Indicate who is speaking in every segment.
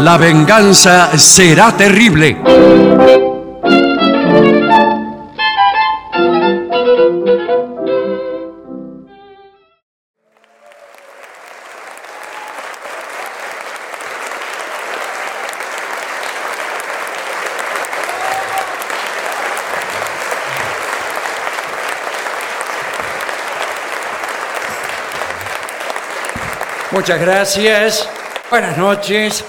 Speaker 1: La venganza será terrible.
Speaker 2: Muchas gracias. Buenas noches.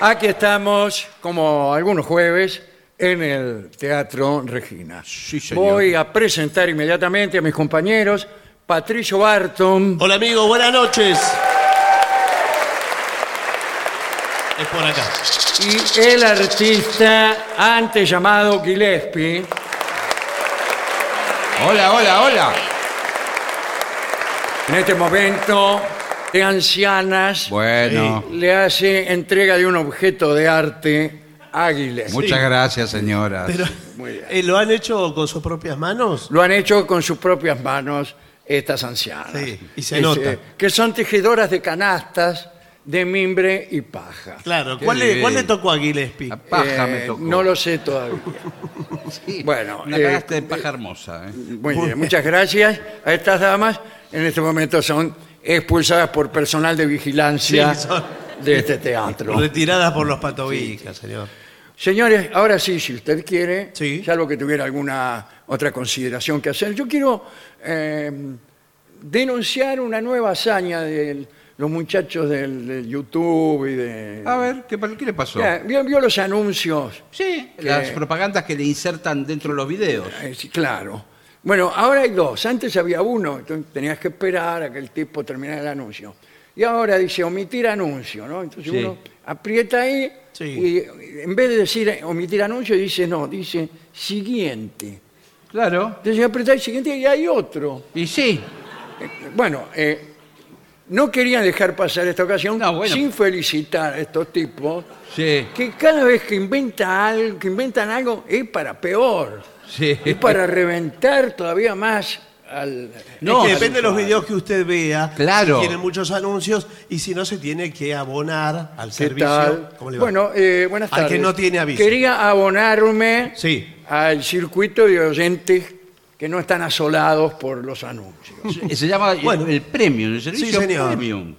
Speaker 2: Aquí estamos, como algunos jueves, en el Teatro Regina.
Speaker 3: Sí, señor.
Speaker 2: Voy a presentar inmediatamente a mis compañeros Patricio Barton,
Speaker 3: Hola amigo, buenas noches. Es por acá.
Speaker 2: y el artista antes llamado Gillespie.
Speaker 4: Hola, hola, hola.
Speaker 2: En este momento, de ancianas,
Speaker 4: Bueno,
Speaker 2: le hace entrega de un objeto de arte a Gillespie.
Speaker 4: muchas gracias, señoras.
Speaker 3: Pero, eh, ¿Lo han hecho con sus propias manos?
Speaker 2: Lo han hecho con sus propias manos estas ancianas.
Speaker 3: Sí, y se nota.
Speaker 2: Que son tejedoras de canastas de mimbre y paja.
Speaker 3: Claro.
Speaker 4: Qué
Speaker 3: ¿Cuál le,
Speaker 4: bien.
Speaker 3: cuál le tocó a Gillespie?
Speaker 4: La paja
Speaker 2: Eh,
Speaker 4: me tocó.
Speaker 2: No lo sé todavía. bueno,
Speaker 4: Una
Speaker 2: eh,
Speaker 4: cagaste de paja hermosa. ¿eh?
Speaker 2: Muy bien, muchas gracias a estas damas. En este momento son expulsadas por personal de vigilancia
Speaker 3: Sí, son-
Speaker 2: de este teatro.
Speaker 3: Retirada por los patobicas, señor.
Speaker 2: Señores, ahora sí, si usted quiere,
Speaker 3: Sí.
Speaker 2: salvo que tuviera alguna otra consideración que hacer, yo quiero eh, denunciar una nueva hazaña de los muchachos del, del YouTube y de...
Speaker 3: Ah.
Speaker 4: A ver, ¿qué, pa- qué le pasó?
Speaker 2: Ya, ¿vio, vio los anuncios?
Speaker 4: Sí, las
Speaker 2: Eh.
Speaker 4: propagandas que le insertan dentro de los videos.
Speaker 2: Eh, sí, claro. Bueno, ahora hay dos. Antes había uno, entonces tenías que esperar a que el tipo terminara el anuncio. Y ahora dice omitir anuncio, ¿no? Entonces
Speaker 4: Sí.
Speaker 2: uno aprieta ahí
Speaker 3: Sí.
Speaker 2: y en vez de decir eh, omitir anuncio, dice no, dice siguiente.
Speaker 4: Claro.
Speaker 2: Entonces apretar el siguiente y hay otro.
Speaker 4: Y sí,
Speaker 2: Eh, Bueno, eh, no querían dejar pasar esta ocasión
Speaker 4: No, bueno.
Speaker 2: sin felicitar a estos tipos
Speaker 4: sí,
Speaker 2: que cada vez que inventa algo, que inventan algo es para peor.
Speaker 4: sí.
Speaker 2: Es para reventar todavía más al este
Speaker 4: No,
Speaker 3: es que
Speaker 2: al
Speaker 3: depende de los
Speaker 2: usuario.
Speaker 3: videos que usted vea.
Speaker 4: Claro.
Speaker 3: si Tienen muchos anuncios y si no se tiene que abonar al
Speaker 2: ¿Qué
Speaker 3: servicio.
Speaker 2: tal?
Speaker 3: ¿Cómo le va?
Speaker 2: Bueno, eh, buenas
Speaker 3: Al que
Speaker 2: tardes.
Speaker 3: no tiene aviso.
Speaker 2: Quería abonarme
Speaker 3: Sí.
Speaker 2: al circuito de oyentes que no están asolados por los anuncios.
Speaker 4: Eh, Se llama
Speaker 3: Bueno.
Speaker 4: el, el premium, el servicio
Speaker 3: señor.
Speaker 4: premium.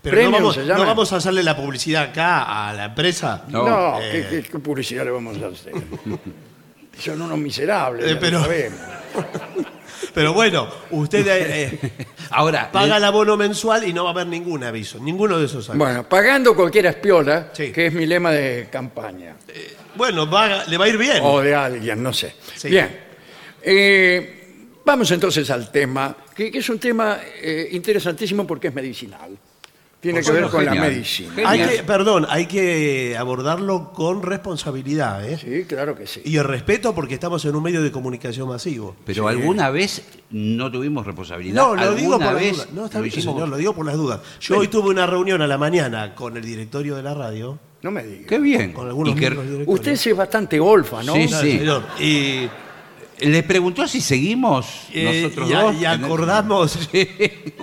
Speaker 3: Pero
Speaker 2: Premium
Speaker 3: no, vamos,
Speaker 2: se llama.
Speaker 3: no vamos a hacerle la publicidad acá a la empresa.
Speaker 4: No,
Speaker 2: No,
Speaker 3: eh.
Speaker 2: ¿qué, qué- qué publicidad le vamos a hacer? Son unos miserables,
Speaker 3: Eh,
Speaker 2: ya lo
Speaker 3: pero-
Speaker 2: sabemos.
Speaker 3: Pero bueno, usted eh, eh,
Speaker 4: Ahora,
Speaker 3: paga
Speaker 4: eh,
Speaker 3: el abono mensual y no va a haber ningún aviso. Ninguno de esos avisos.
Speaker 2: Bueno, pagando cualquiera espiola,
Speaker 3: Sí.
Speaker 2: que es mi lema de campaña.
Speaker 3: Bueno, va- le va a ir bien.
Speaker 4: Oh,
Speaker 2: O de alguien, no sé.
Speaker 3: Sí.
Speaker 2: Bien. Eh, vamos entonces al tema, que, que es un tema eh, interesantísimo porque es medicinal. Tiene que ver
Speaker 4: supuesto,
Speaker 2: con la
Speaker 4: genial.
Speaker 2: medicina.
Speaker 4: Genial.
Speaker 3: Hay
Speaker 4: Genial.
Speaker 3: que, perdón, hay que abordarlo con responsabilidad ¿eh?
Speaker 2: Sí, claro que sí.
Speaker 3: y el respeto porque estamos en un medio de comunicación masivo.
Speaker 4: pero alguna vez no tuvimos responsabilidad.
Speaker 3: No, lo digo por
Speaker 4: ¿Alguna
Speaker 3: las
Speaker 4: vez
Speaker 3: dudas. No, está
Speaker 4: lo
Speaker 3: bien,
Speaker 4: hicimos?
Speaker 3: señor, lo digo por las dudas. Yo hoy tuve una reunión a la mañana con el directorio de la radio,
Speaker 2: No me diga.
Speaker 4: Qué bien.
Speaker 3: con algunos
Speaker 4: Y que-
Speaker 3: miembros del directorio.
Speaker 2: Usted es bastante golfa, ¿no?
Speaker 4: Sí,
Speaker 3: No,
Speaker 4: sí.
Speaker 3: señor, Y,
Speaker 4: ¿Le preguntó si seguimos
Speaker 3: eh,
Speaker 4: nosotros
Speaker 3: y a-
Speaker 4: dos?
Speaker 3: y acordamos,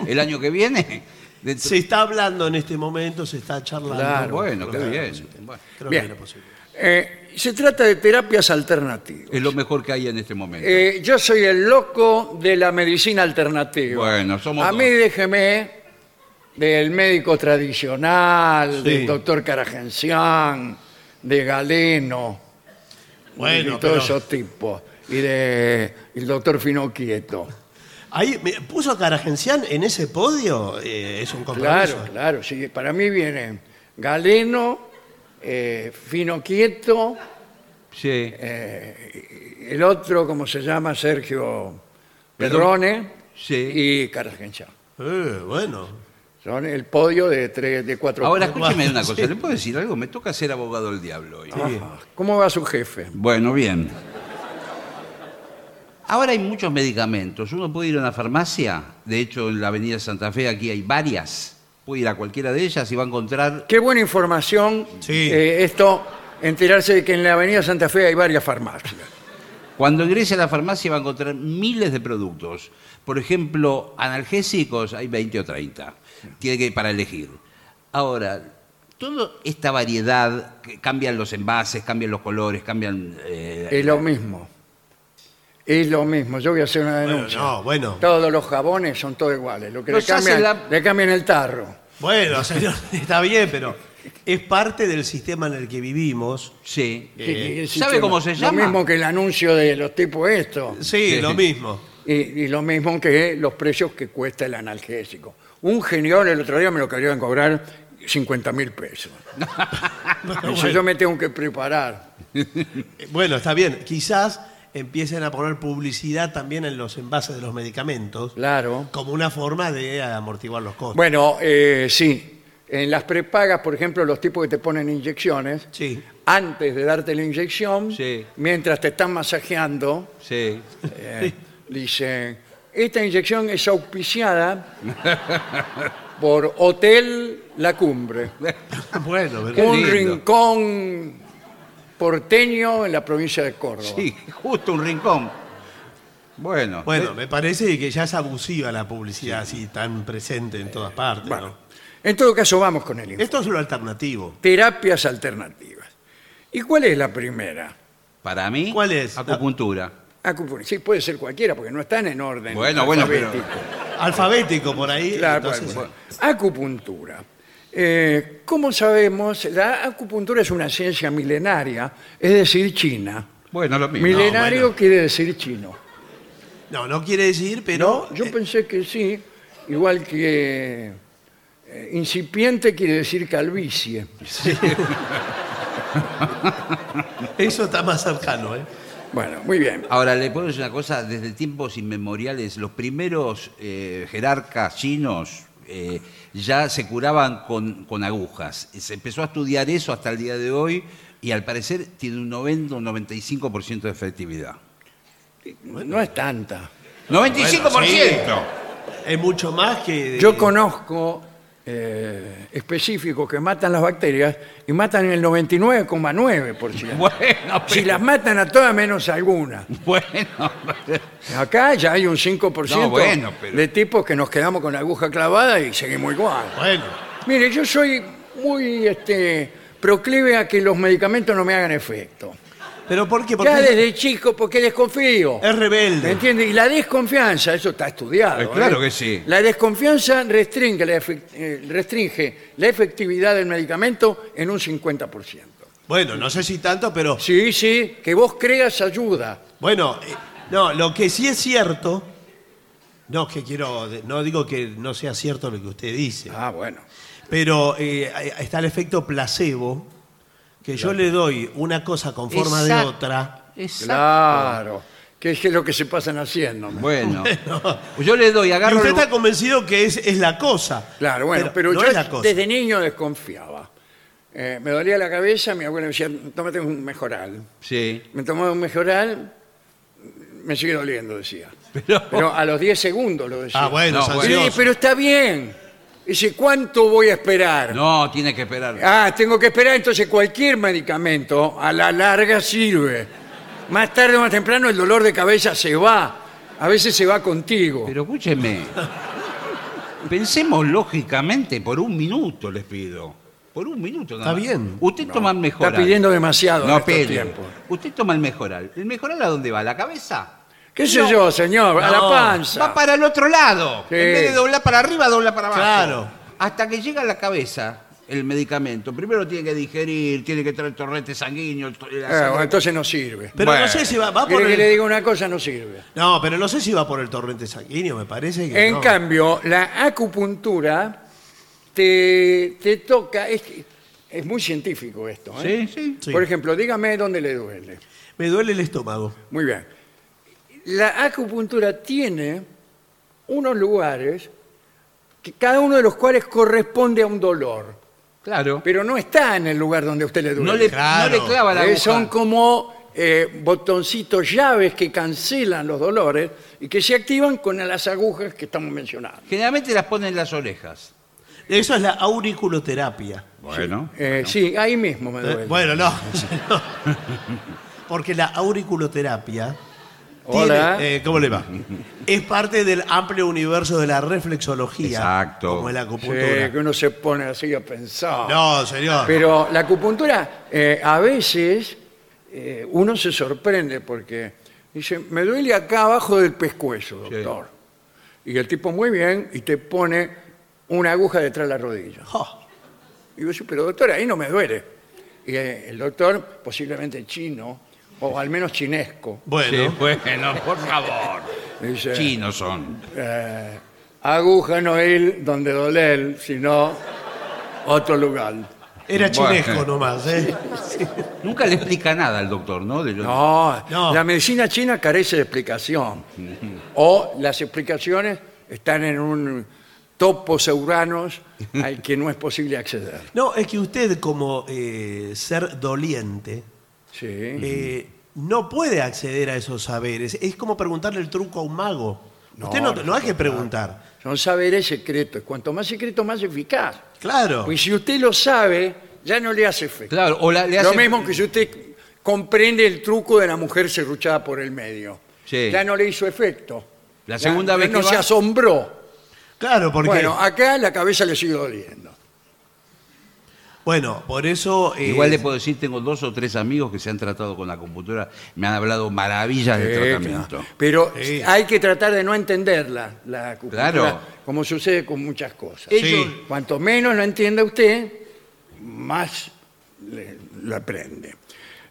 Speaker 4: ¿El año que viene? Dentro-
Speaker 3: se está hablando en este momento, se está charlando.
Speaker 2: Claro,
Speaker 4: Bueno, qué
Speaker 3: Claro,
Speaker 4: bien.
Speaker 3: sí.
Speaker 4: Bueno,
Speaker 3: Creo
Speaker 2: Bien.
Speaker 3: que era posible.
Speaker 2: Eh, se trata de terapias alternativas.
Speaker 4: es lo mejor que hay en este momento.
Speaker 2: Eh, yo soy el loco de la medicina alternativa.
Speaker 4: Bueno, somos
Speaker 2: A
Speaker 4: dos.
Speaker 2: mí déjeme del médico tradicional,
Speaker 3: Sí.
Speaker 2: del doctor Caragencián, de Galeno, y de
Speaker 3: Bueno,
Speaker 2: todos
Speaker 3: pero-
Speaker 2: esos tipos, y de el doctor Finoquieto.
Speaker 3: Ahí me puso a Caragencián en ese podio, eh, es un compromiso.
Speaker 2: Claro, claro, sí. Para mí vienen Galeno, eh, Finoquieto,
Speaker 4: Sí.
Speaker 3: eh,
Speaker 2: eh, el otro, como se llama, Sergio
Speaker 4: Pedro-
Speaker 2: Pedrone,
Speaker 4: Sí.
Speaker 2: y Caragencián.
Speaker 3: Eh, bueno.
Speaker 2: Son el podio de, tres, de cuatro.
Speaker 4: Ahora
Speaker 3: eh,
Speaker 2: puntos.
Speaker 4: escúcheme una cosa, ¿le puedo decir algo? Me toca ser abogado del diablo hoy.
Speaker 2: Ajá. Ah, ¿Cómo va su jefe?
Speaker 4: Bueno, bien. Ahora hay muchos medicamentos. Uno puede ir a una farmacia, de hecho en la Avenida Santa Fe aquí hay varias. Puede ir a cualquiera de ellas y va a encontrar...
Speaker 2: Qué buena información.
Speaker 3: Sí.
Speaker 2: eh, esto, enterarse de que en la Avenida Santa Fe hay varias farmacias.
Speaker 4: Cuando ingrese a la farmacia va a encontrar miles de productos. Por ejemplo, analgésicos hay 20 o 30. Tiene que para elegir. Ahora, toda esta variedad, que cambian los envases, cambian los colores, cambian... eh,
Speaker 2: Es lo mismo. Es lo mismo. Yo voy a hacer una
Speaker 3: Bueno,
Speaker 2: denuncia.
Speaker 3: no, bueno.
Speaker 2: Todos los jabones son todos iguales. Lo que le
Speaker 4: Nos hace
Speaker 2: cambian,
Speaker 4: la-
Speaker 2: le cambian el tarro.
Speaker 3: Bueno, señor, está bien, pero es parte del sistema en el que vivimos.
Speaker 4: sí.
Speaker 2: ¿Qué- qué- qué
Speaker 4: ¿Sabe
Speaker 2: sistema?
Speaker 4: cómo se
Speaker 2: Lo
Speaker 4: llama?
Speaker 2: mismo que el anuncio de los tipos estos.
Speaker 3: Sí,
Speaker 4: Sí.
Speaker 3: lo mismo.
Speaker 2: Y, y lo mismo que los precios que cuesta el analgésico. Un genial el otro día me lo querían cobrar 50 mil pesos. Entonces
Speaker 3: bueno.
Speaker 2: Yo me tengo que preparar.
Speaker 3: Eh, Bueno, está bien. Quizás empiecen a poner publicidad también en los envases de los medicamentos
Speaker 2: Claro.
Speaker 3: como una forma de amortiguar los costos.
Speaker 2: Bueno, eh, sí. En las prepagas, por ejemplo, los tipos que te ponen inyecciones,
Speaker 3: Sí.
Speaker 2: antes de darte la inyección,
Speaker 4: Sí.
Speaker 2: mientras te están masajeando,
Speaker 4: Sí.
Speaker 2: Eh, Dice, esta inyección es auspiciada por Hotel La Cumbre,
Speaker 3: Bueno, pero-
Speaker 2: un
Speaker 4: lindo.
Speaker 2: rincón porteño en la provincia de Córdoba.
Speaker 4: Sí, justo un rincón. Bueno,
Speaker 3: bueno, me parece que ya es abusiva la publicidad así tan presente en todas partes. ¿no?
Speaker 2: Bueno, en todo caso vamos con el informe.
Speaker 3: Esto es lo alternativo.
Speaker 2: Terapias alternativas. ¿Y cuál es la primera?
Speaker 4: para mí,
Speaker 3: ¿Cuál es?
Speaker 4: Acupuntura.
Speaker 2: Acupuntura. Sí, puede ser cualquiera porque no están en orden.
Speaker 4: Bueno, bueno, pero-
Speaker 2: alfabético.
Speaker 3: Alfabético por ahí.
Speaker 2: Claro,
Speaker 3: entonces-
Speaker 2: bueno. Acupuntura. Eh, como sabemos, la acupuntura es una ciencia milenaria, es decir, china.
Speaker 4: Bueno, lo mismo.
Speaker 2: Milenario
Speaker 3: No, bueno.
Speaker 2: quiere decir chino.
Speaker 3: no, no quiere decir, pero.
Speaker 2: No, yo
Speaker 3: eh,
Speaker 2: pensé que sí, igual que eh, incipiente quiere decir calvicie.
Speaker 3: eso está más cercano, ¿eh?
Speaker 2: Bueno, muy bien.
Speaker 4: Ahora, le puedo decir una cosa, desde tiempos inmemoriales, los primeros eh, jerarcas chinos eh, ya se curaban con, con agujas. Se empezó a estudiar eso hasta el día de hoy y al parecer tiene un 90 un 95% de efectividad.
Speaker 2: No es tanta.
Speaker 4: ¡95%!
Speaker 3: Es mucho más que. de-
Speaker 2: Yo conozco eh, específicos que matan las bacterias y matan el 99,9%.
Speaker 4: Bueno,
Speaker 2: Si
Speaker 4: pero-
Speaker 2: las matan a todas menos a alguna.
Speaker 4: bueno, pero-
Speaker 2: Acá ya hay un 5%
Speaker 4: No, bueno, pero-
Speaker 2: de tipos que nos quedamos con la aguja clavada y seguimos igual.
Speaker 3: Bueno,
Speaker 2: Mire, yo soy muy este, proclive a que los medicamentos no me hagan efecto.
Speaker 3: pero ¿por qué? Porque
Speaker 2: Ya desde chico, porque desconfío.
Speaker 3: es
Speaker 2: ¿Me
Speaker 3: rebelde.
Speaker 2: entiende? Y la desconfianza, eso está estudiado.
Speaker 4: Eh, claro
Speaker 2: ¿eh?
Speaker 4: que sí.
Speaker 2: La desconfianza restringe la, efec- eh, restringe la efectividad del medicamento en un 50%.
Speaker 3: Bueno, no sé si tanto, pero.
Speaker 2: Sí, sí, que vos creas ayuda.
Speaker 3: Bueno, eh, no, lo que sí es cierto. No, que quiero. No digo que no sea cierto lo que usted dice.
Speaker 2: Ah, bueno.
Speaker 3: Pero eh, está el efecto placebo, que yo le doy una cosa con forma de
Speaker 4: Exacto.
Speaker 3: otra.
Speaker 4: Exacto.
Speaker 2: Claro. Que es lo que se pasan haciendo.
Speaker 4: Bueno, yo le doy,
Speaker 3: Y
Speaker 4: agarro...
Speaker 3: usted
Speaker 4: el-
Speaker 3: está convencido que es, es la cosa.
Speaker 2: Claro, bueno, pero,
Speaker 3: no
Speaker 2: yo
Speaker 3: es la cosa.
Speaker 2: desde niño desconfiaba. Eh, me dolía la cabeza, mi abuela me decía, tómate un mejoral.
Speaker 4: Sí.
Speaker 2: Me tomaba un mejoral, me sigue doliendo, decía. Pero, a los 10 segundos lo decía.
Speaker 3: Ah, bueno,
Speaker 4: No,
Speaker 3: es
Speaker 4: bueno.
Speaker 2: Sí,
Speaker 3: ansioso.
Speaker 2: pero está bien. Dice, ¿cuánto voy a esperar?
Speaker 4: No, tiene que esperar.
Speaker 2: Ah, tengo que esperar, entonces cualquier medicamento a la larga sirve. Más tarde o más temprano el dolor de cabeza se va. A veces se va contigo.
Speaker 4: Pero escúcheme. Pensemos lógicamente por un minuto, les pido. Por un minuto nada
Speaker 3: Está
Speaker 4: más.
Speaker 3: bien.
Speaker 4: Usted toma el mejoral.
Speaker 2: está pidiendo demasiado en
Speaker 4: No
Speaker 2: estos
Speaker 4: pide.
Speaker 2: tiempos.
Speaker 4: Usted toma el mejoral. ¿El mejoral a dónde va? ¿A la cabeza?
Speaker 2: ¿Qué sé yo, señor? A la
Speaker 3: No,
Speaker 2: panza.
Speaker 4: Va para el otro lado.
Speaker 2: Sí.
Speaker 4: En vez de doblar para arriba, dobla para abajo.
Speaker 3: Claro.
Speaker 4: Hasta que llega a la cabeza el medicamento. Primero tiene que digerir, tiene que traer torrente sanguíneo. el to- la
Speaker 2: Ah,
Speaker 4: sangre.
Speaker 2: bueno, entonces no sirve.
Speaker 3: Pero no
Speaker 4: Bueno.
Speaker 3: sé si va, va por
Speaker 2: ¿Quiere que le
Speaker 3: el,
Speaker 2: diga una cosa? No sirve.
Speaker 3: No, pero no sé si va por el torrente sanguíneo, me parece que
Speaker 2: En
Speaker 3: no.
Speaker 2: cambio, la acupuntura te, te toca... Es, es muy científico esto. ¿eh?
Speaker 4: Sí, sí.
Speaker 3: Sí.
Speaker 2: Por ejemplo, dígame dónde le duele.
Speaker 3: Me duele el estómago.
Speaker 2: Muy bien. La acupuntura tiene unos lugares, que cada uno de los cuales corresponde a un dolor,
Speaker 4: Claro.
Speaker 2: pero no está en el lugar donde a usted le duele.
Speaker 4: No le,
Speaker 3: Claro.
Speaker 4: no le clava la
Speaker 2: Eh,
Speaker 4: aguja.
Speaker 2: son como eh, botoncitos llaves que cancelan los dolores y que se activan con las agujas que estamos mencionando.
Speaker 4: Generalmente las ponen en las orejas.
Speaker 3: Eso es la auriculoterapia.
Speaker 4: Bueno.
Speaker 2: Eh, Sí, ahí mismo me
Speaker 3: Eh,
Speaker 2: duele.
Speaker 3: Bueno, no. Porque la auriculoterapia
Speaker 2: Hola.
Speaker 3: Eh, ¿Cómo le va? Es parte del amplio universo de la reflexología.
Speaker 4: Exacto.
Speaker 3: Como es la
Speaker 2: Sí,
Speaker 3: acupuntura.
Speaker 2: que uno se pone así a pensar.
Speaker 3: No, señor.
Speaker 2: Pero la acupuntura, eh, a veces eh, uno se sorprende porque dice, me duele acá abajo del pescuezo, doctor. Y el tipo muy bien y te pone una aguja detrás de la rodilla.
Speaker 3: Jo,
Speaker 2: Y yo digo, pero doctor, ahí no me duele. Y eh, el doctor, posiblemente chino, o al menos chinesco,
Speaker 3: bueno.
Speaker 4: bueno, por favor.
Speaker 2: dice,
Speaker 4: Chinos son.
Speaker 2: eh, aguja no ir donde doler, sino otro lugar.
Speaker 3: Era chinesco
Speaker 4: Bueno.
Speaker 3: nomás, ¿eh?
Speaker 4: Nunca le explica nada al doctor, ¿no? De lo-
Speaker 2: No,
Speaker 3: No.
Speaker 2: la medicina china carece de explicación. O las explicaciones están en un topos urbanos al que no es posible acceder.
Speaker 3: No, es que usted como eh, ser doliente
Speaker 2: Sí.
Speaker 3: eh, no puede acceder a esos saberes. Es como preguntarle el truco a un mago. usted no,
Speaker 2: no
Speaker 3: no hay que preguntar.
Speaker 2: Son saberes secretos. Cuanto más secreto, más eficaz.
Speaker 3: Claro.
Speaker 2: Pues si usted lo sabe, ya no le hace efecto.
Speaker 4: Claro, o la- le hace...
Speaker 2: Lo mismo que si usted comprende el truco de la mujer serruchada por el medio.
Speaker 4: Sí.
Speaker 2: Ya no le hizo efecto.
Speaker 4: La
Speaker 2: Ya-
Speaker 4: segunda
Speaker 2: ya
Speaker 4: vez
Speaker 2: no
Speaker 4: que
Speaker 2: se
Speaker 4: va-
Speaker 2: asombró.
Speaker 3: Claro, porque.
Speaker 2: Bueno,
Speaker 4: ah.
Speaker 3: Bueno,
Speaker 2: acá la cabeza le sigue doliendo.
Speaker 3: por eso. eh,
Speaker 4: Igual le puedo decir, tengo dos o tres amigos que se han tratado con la computadora, me han hablado maravillas del
Speaker 2: Sí,
Speaker 4: Ah, tratamiento.
Speaker 2: claro. Pero
Speaker 3: Sí.
Speaker 2: hay que tratar de no entenderla, la acupuntura,
Speaker 4: Claro.
Speaker 2: como sucede con muchas cosas.
Speaker 4: Ellos-
Speaker 3: Sí.
Speaker 2: Cuanto menos lo entienda usted, más le- lo aprende.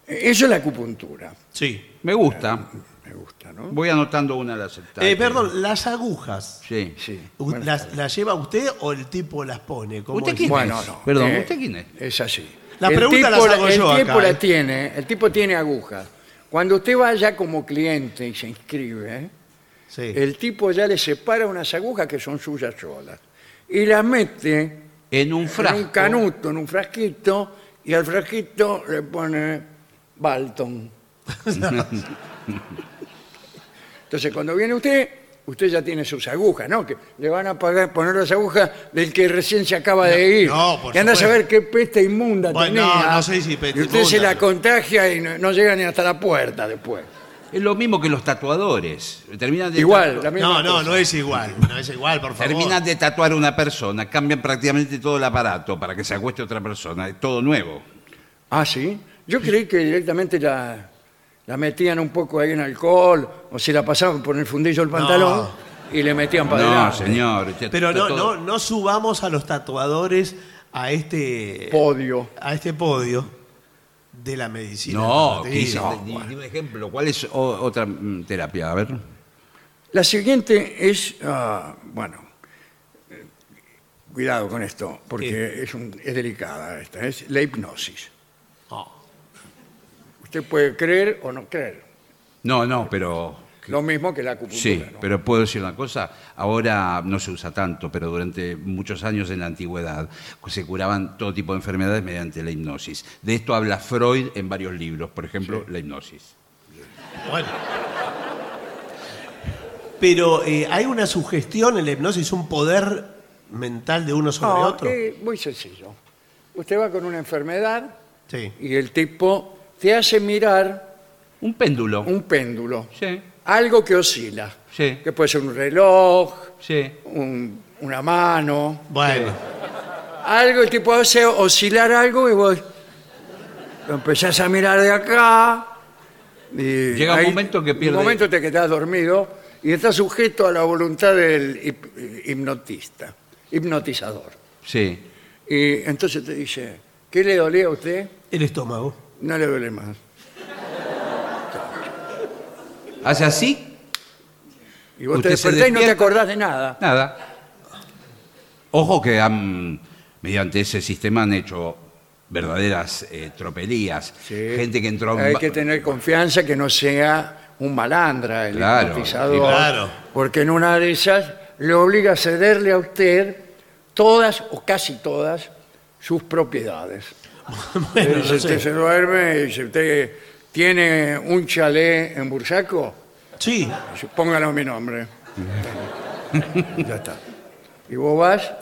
Speaker 2: Eso es la acupuntura,
Speaker 3: Sí.
Speaker 4: Me gusta.
Speaker 2: me gusta, ¿no?
Speaker 4: Voy anotando una de las
Speaker 3: Eh, perdón, las agujas.
Speaker 4: Sí.
Speaker 2: Sí.
Speaker 3: U-
Speaker 2: Bueno,
Speaker 3: ¿Las, las lleva usted o el tipo las pone? ¿Cómo
Speaker 4: ¿Usted
Speaker 3: es?
Speaker 4: quién
Speaker 2: bueno,
Speaker 4: es?
Speaker 2: no. eh,
Speaker 4: Perdón, ¿usted quién es?
Speaker 2: Es así.
Speaker 3: Las
Speaker 2: El
Speaker 3: preguntas
Speaker 2: tipo
Speaker 3: las
Speaker 2: la-
Speaker 3: hago
Speaker 2: el
Speaker 3: yo
Speaker 2: tipo
Speaker 3: acá,
Speaker 2: la
Speaker 3: ¿eh?
Speaker 2: tiene, el tipo tiene agujas. Cuando usted vaya como cliente y se inscribe, ¿eh?
Speaker 3: Sí.
Speaker 2: el tipo ya le separa unas agujas que son suyas solas y las mete
Speaker 4: En un frasco.
Speaker 2: en un canuto, en un frasquito, y al frasquito le pone Balton. Entonces, cuando viene usted, usted ya tiene sus agujas, ¿no? Que le van a pagar- poner las agujas del que recién se acaba de ir.
Speaker 3: no, por
Speaker 2: que anda a
Speaker 3: supuesto.
Speaker 2: saber qué peste inmunda
Speaker 3: Bueno,
Speaker 2: tenía.
Speaker 3: no, no sé si peste
Speaker 2: Y usted se
Speaker 3: inmunda,
Speaker 2: la
Speaker 3: pero-
Speaker 2: contagia y no, no llega ni hasta la puerta después.
Speaker 4: Es lo mismo que los tatuadores. Terminan de
Speaker 2: Igual,
Speaker 4: tatu-
Speaker 2: la misma
Speaker 3: No, no,
Speaker 2: cosa.
Speaker 3: no es igual. No es igual, por favor.
Speaker 4: Terminan de tatuar a una persona, cambian prácticamente todo el aparato para que se acueste otra persona, es todo nuevo.
Speaker 2: Ah, sí. Yo creí que directamente la, la metían un poco ahí en alcohol o se la pasaban por el fundillo del pantalón y le metían para
Speaker 4: No,
Speaker 2: adelante.
Speaker 4: señor. ya
Speaker 3: Pero
Speaker 4: está
Speaker 3: no,
Speaker 4: todo-
Speaker 3: no, no subamos a los tatuadores a este,
Speaker 2: Podio.
Speaker 3: a este podio de la medicina.
Speaker 4: No,
Speaker 3: Sí,
Speaker 4: ¿qué hice?
Speaker 3: no.
Speaker 4: Di- di un ejemplo. ¿Cuál es o- otra mm, terapia? A ver.
Speaker 2: La siguiente es, ah, bueno, eh, cuidado con esto, porque es, un- es delicada esta, es la hipnosis.
Speaker 3: No.
Speaker 2: Usted puede creer o no creer.
Speaker 4: No, no, pero.
Speaker 2: Lo mismo que la acupuntura.
Speaker 4: Sí,
Speaker 2: ¿no?
Speaker 4: pero puedo decir una cosa. Ahora no se usa tanto, pero durante muchos años en la antigüedad se curaban todo tipo de enfermedades mediante la hipnosis. De esto habla Freud en varios libros, por ejemplo, la hipnosis.
Speaker 3: Bueno. Pero eh, hay una sugestión en la hipnosis, un poder mental de uno sobre
Speaker 2: No,
Speaker 3: otro.
Speaker 4: eh.
Speaker 2: es Eh, muy sencillo. Usted va con una enfermedad
Speaker 3: Sí.
Speaker 2: y el tipo te hace mirar
Speaker 4: Un péndulo.
Speaker 2: un péndulo.
Speaker 4: Sí,
Speaker 2: Algo que oscila.
Speaker 4: Sí.
Speaker 2: Que puede ser un reloj,
Speaker 4: sí.
Speaker 2: un- una mano.
Speaker 3: Bueno,
Speaker 2: Algo, el tipo hace oscilar algo y vos lo empezás a mirar de acá. y
Speaker 4: Llega un
Speaker 2: ahí-
Speaker 4: momento que pierde-
Speaker 2: Un momento te quedás dormido y estás sujeto a la voluntad del hip- eh, hipnotista, hipnotizador.
Speaker 4: Sí.
Speaker 2: Y entonces te dice, ¿qué le dolía a usted?
Speaker 3: el estómago.
Speaker 2: No le duele más.
Speaker 4: ¿Hace así?
Speaker 2: Y vos te
Speaker 4: Usted se
Speaker 2: despertás y no te
Speaker 4: despierta.
Speaker 2: acordás de nada.
Speaker 4: Nada. Ojo que han, mediante ese sistema han hecho verdaderas eh, tropelías.
Speaker 2: Sí.
Speaker 4: Gente que entró... en
Speaker 2: Hay
Speaker 4: ba-
Speaker 2: que tener confianza que no sea un malandra el
Speaker 4: Claro,
Speaker 2: hipnotizador,
Speaker 3: sí, claro.
Speaker 2: porque en una de esas le obliga a cederle a usted todas o casi todas sus propiedades.
Speaker 3: Bueno,
Speaker 2: Eh, si
Speaker 3: no
Speaker 2: usted
Speaker 3: sé.
Speaker 2: se duerme y si usted tiene un chalet en Bursaco,
Speaker 3: Sí,
Speaker 2: póngalo a mi nombre. ya está. Y vos vas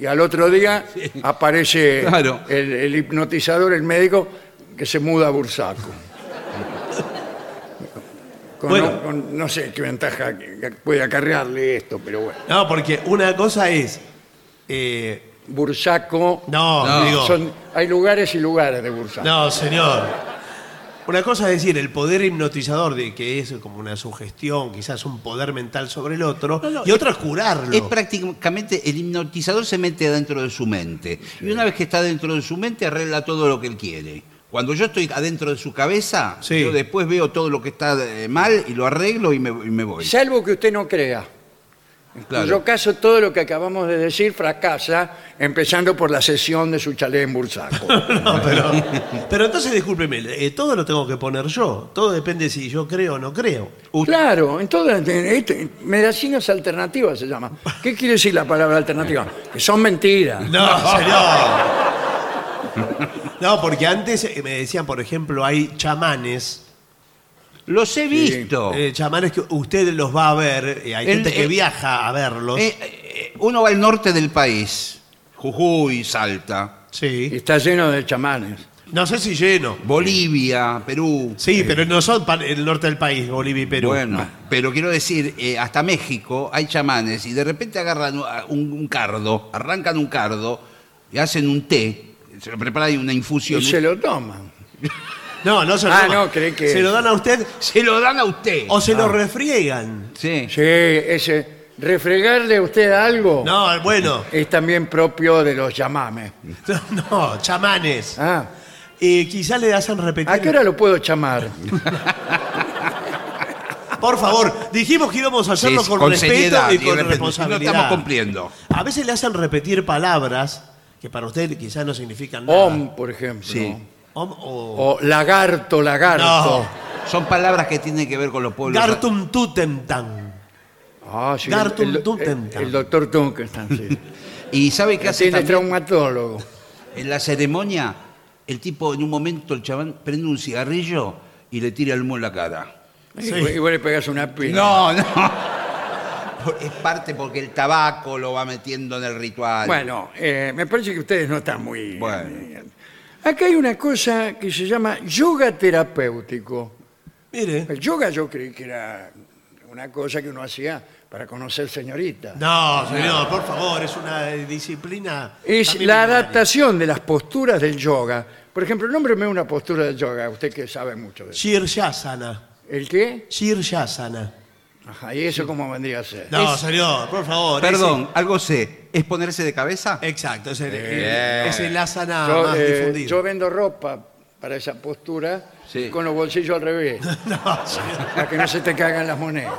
Speaker 2: y al otro día aparece
Speaker 4: Claro.
Speaker 2: el, el hipnotizador, el médico, que se muda a Bursaco. con,
Speaker 3: Bueno.
Speaker 2: con- no sé qué ventaja que- puede acarrearle esto, pero bueno.
Speaker 3: No, porque una cosa es. eh,
Speaker 2: Bursaco.
Speaker 3: no,
Speaker 4: No.
Speaker 3: digo.
Speaker 2: Son- hay lugares y lugares de Bursaco.
Speaker 3: No, señor. Una cosa es decir, el poder hipnotizador, de que es como una sugestión, quizás un poder mental sobre el otro,
Speaker 4: no,
Speaker 3: y otra es curarlo.
Speaker 4: Es prácticamente, el hipnotizador se mete dentro de su mente. Y una vez que está dentro de su mente, arregla todo lo que él quiere. Cuando yo estoy adentro de su cabeza,
Speaker 3: Sí.
Speaker 4: yo después veo todo lo que está eh, mal y lo arreglo y me, y me voy.
Speaker 2: Salvo que usted no crea.
Speaker 4: Claro.
Speaker 2: En cuyo caso, todo lo que acabamos de decir fracasa, empezando por la sesión de su chalet en Bursaco.
Speaker 3: No, pero, pero entonces discúlpeme, eh, todo lo tengo que poner yo. Todo depende si yo creo o no creo.
Speaker 2: claro, entonces, eh, este, medicinas alternativas se llama. ¿Qué quiere decir la palabra alternativa? Que son mentiras.
Speaker 3: No, señor. No, porque antes eh, me decían, por ejemplo, hay chamanes.
Speaker 4: Los he visto.
Speaker 3: eh, chamanes que usted los va a ver, eh, hay
Speaker 4: El-
Speaker 3: gente que
Speaker 4: el-
Speaker 3: viaja a verlos.
Speaker 4: Eh, eh, uno va al norte del país, Jujuy, Salta,
Speaker 2: Y
Speaker 3: sí.
Speaker 2: está lleno de chamanes.
Speaker 3: No sé si lleno.
Speaker 4: Bolivia, Perú.
Speaker 3: Sí, pero no son pa- el norte del país, Bolivia y Perú.
Speaker 4: Bueno, pero quiero decir, eh, hasta México hay chamanes y de repente agarran un, un cardo, arrancan un cardo y hacen un té, se lo preparan y una infusión.
Speaker 2: Y se lo toman.
Speaker 3: No, no se lo
Speaker 2: Ah,
Speaker 3: toman.
Speaker 2: no, creí que-
Speaker 3: Se lo dan a usted
Speaker 4: Se lo dan a usted.
Speaker 3: o se lo refriegan.
Speaker 4: Sí.
Speaker 2: Sí, ese. Refregarle a usted algo
Speaker 3: No, bueno.
Speaker 2: es también propio de los chamames.
Speaker 3: No, no, chamanes.
Speaker 2: Ah,
Speaker 3: Eh, quizás le hacen repetir.
Speaker 2: ¿A qué hora lo puedo chamar?
Speaker 3: Por favor, dijimos que íbamos a
Speaker 4: Sí,
Speaker 3: hacerlo
Speaker 4: sí,
Speaker 3: con, respeto
Speaker 4: seriedad
Speaker 3: y
Speaker 4: de
Speaker 3: con
Speaker 4: repente,
Speaker 3: responsabilidad.
Speaker 4: No estamos cumpliendo.
Speaker 3: A veces le hacen repetir palabras que para usted quizás no significan nada.
Speaker 2: Om, por ejemplo.
Speaker 4: Sí.
Speaker 3: Om
Speaker 2: O
Speaker 3: o...
Speaker 2: lagarto, lagarto.
Speaker 3: No.
Speaker 4: Son palabras que tienen que ver con los pueblos.
Speaker 3: Gartum tutem tam.
Speaker 2: Ah, sí,
Speaker 3: Gartum
Speaker 2: el, el,
Speaker 3: Tuntentan.
Speaker 2: el doctor Tunkenstein, sí.
Speaker 4: Y sabe qué hace
Speaker 2: Tiene
Speaker 4: también?
Speaker 2: traumatólogo.
Speaker 4: En la ceremonia, el tipo en un momento, el chabán, prende un cigarrillo y le tira el humo en la cara.
Speaker 3: Sí.
Speaker 2: Y, vos- y vos le pegás una pila.
Speaker 4: No, no. Por- Es parte porque el tabaco lo va metiendo en el ritual.
Speaker 2: Bueno, eh, me parece que ustedes no están muy...
Speaker 4: Bueno.
Speaker 2: Acá hay una cosa que se llama yoga terapéutico.
Speaker 3: Mire.
Speaker 2: El yoga yo creí que era una cosa que uno hacía para conocer señoritas.
Speaker 3: No, señor, por favor, es una eh, disciplina.
Speaker 2: Es
Speaker 3: también
Speaker 2: la
Speaker 3: milenaria.
Speaker 2: adaptación de las posturas del yoga. Por ejemplo, nómbreme una postura del yoga, usted que sabe mucho de eso.
Speaker 3: Shirshasana.
Speaker 2: ¿El qué?
Speaker 3: Shirshasana.
Speaker 2: Ajá, ¿y eso cómo vendría a ser?
Speaker 3: No,
Speaker 4: Es-
Speaker 3: señor, por favor.
Speaker 4: Perdón, algo sé. ¿Es ponerse de cabeza?
Speaker 3: ese- exacto, es el,
Speaker 4: Bien.
Speaker 3: es el asana
Speaker 2: Yo,
Speaker 3: más
Speaker 2: eh,
Speaker 3: difundido.
Speaker 2: yo vendo ropa para esa postura
Speaker 4: Sí.
Speaker 2: con los bolsillos al revés,
Speaker 3: No, señor.
Speaker 2: para que no se te caigan las monedas.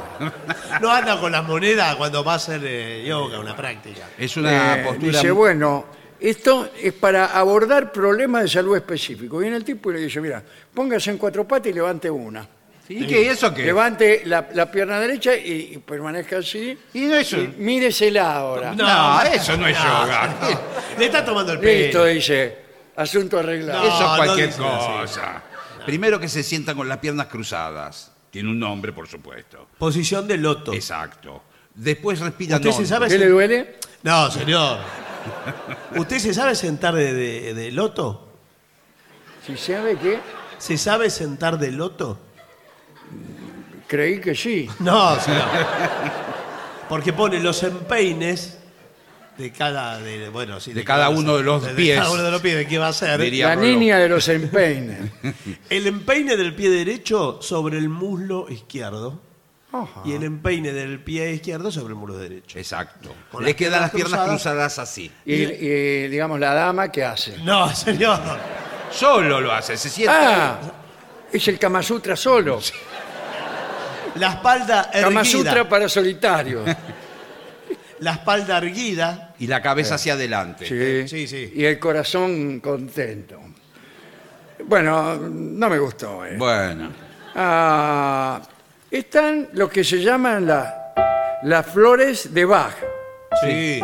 Speaker 3: No anda con las monedas cuando va a hacer eh, yoga, una práctica.
Speaker 4: Es una
Speaker 2: Eh,
Speaker 4: postura.
Speaker 2: Dice, bueno, esto es para abordar problemas de salud específicos. Viene el tipo y le dice, mira, póngase en cuatro patas y levante una.
Speaker 4: ¿Y qué? ¿Eso qué?
Speaker 2: Levante la, la pierna derecha y, y permanezca así.
Speaker 4: Y no es
Speaker 2: Y
Speaker 4: un-
Speaker 2: míresela ahora.
Speaker 4: No, eso no es yoga.
Speaker 3: no. Le está tomando el
Speaker 2: Listo, eh.
Speaker 3: pelo.
Speaker 2: dice. Asunto arreglado.
Speaker 3: No,
Speaker 4: Eso es cualquier
Speaker 3: dice así.
Speaker 4: cosa. Primero que se sientan con las piernas cruzadas. Tiene un nombre, por supuesto.
Speaker 3: Posición del loto.
Speaker 4: Exacto. Después respiran
Speaker 3: ¿Usted se
Speaker 4: hondo.
Speaker 3: sabe?
Speaker 2: ¿Qué le duele?
Speaker 3: No, señor. ¿Usted se sabe sentar de, de- de loto?
Speaker 2: Si sabe que
Speaker 3: ¿Se sabe sentar de loto?
Speaker 2: creí que sí.
Speaker 3: No, señor. Porque pone los empeines de cada de, bueno, sí,
Speaker 4: De cada uno de los pies.
Speaker 3: De cada uno de los pies de qué va a ser.
Speaker 4: Diría-
Speaker 2: La
Speaker 4: Diablo.
Speaker 2: niña de los empeines.
Speaker 3: El empeine del pie derecho sobre el muslo izquierdo
Speaker 2: Ajá.
Speaker 3: y el empeine del pie izquierdo sobre el muslo derecho.
Speaker 4: Exacto.
Speaker 3: Con
Speaker 4: Le
Speaker 3: las
Speaker 4: quedan las
Speaker 3: piernas
Speaker 4: piernas cruzadas así.
Speaker 2: Y, y, digamos, la dama, ¿qué hace?
Speaker 3: No, señor.
Speaker 4: Solo lo hace. Se sienta.
Speaker 2: Ah, es el Kama Sutra solo.
Speaker 3: La espalda
Speaker 2: Kama Sutra
Speaker 3: erguida.
Speaker 2: para solitario.
Speaker 3: La espalda erguida.
Speaker 4: Y la cabeza hacia adelante.
Speaker 2: Sí.
Speaker 3: Ah. Eh. Sí, sí.
Speaker 2: Y el corazón contento. Bueno, no me gustó. eh.
Speaker 4: Bueno.
Speaker 2: Ah, están lo que se llaman la- las flores de Bach.
Speaker 3: Sí.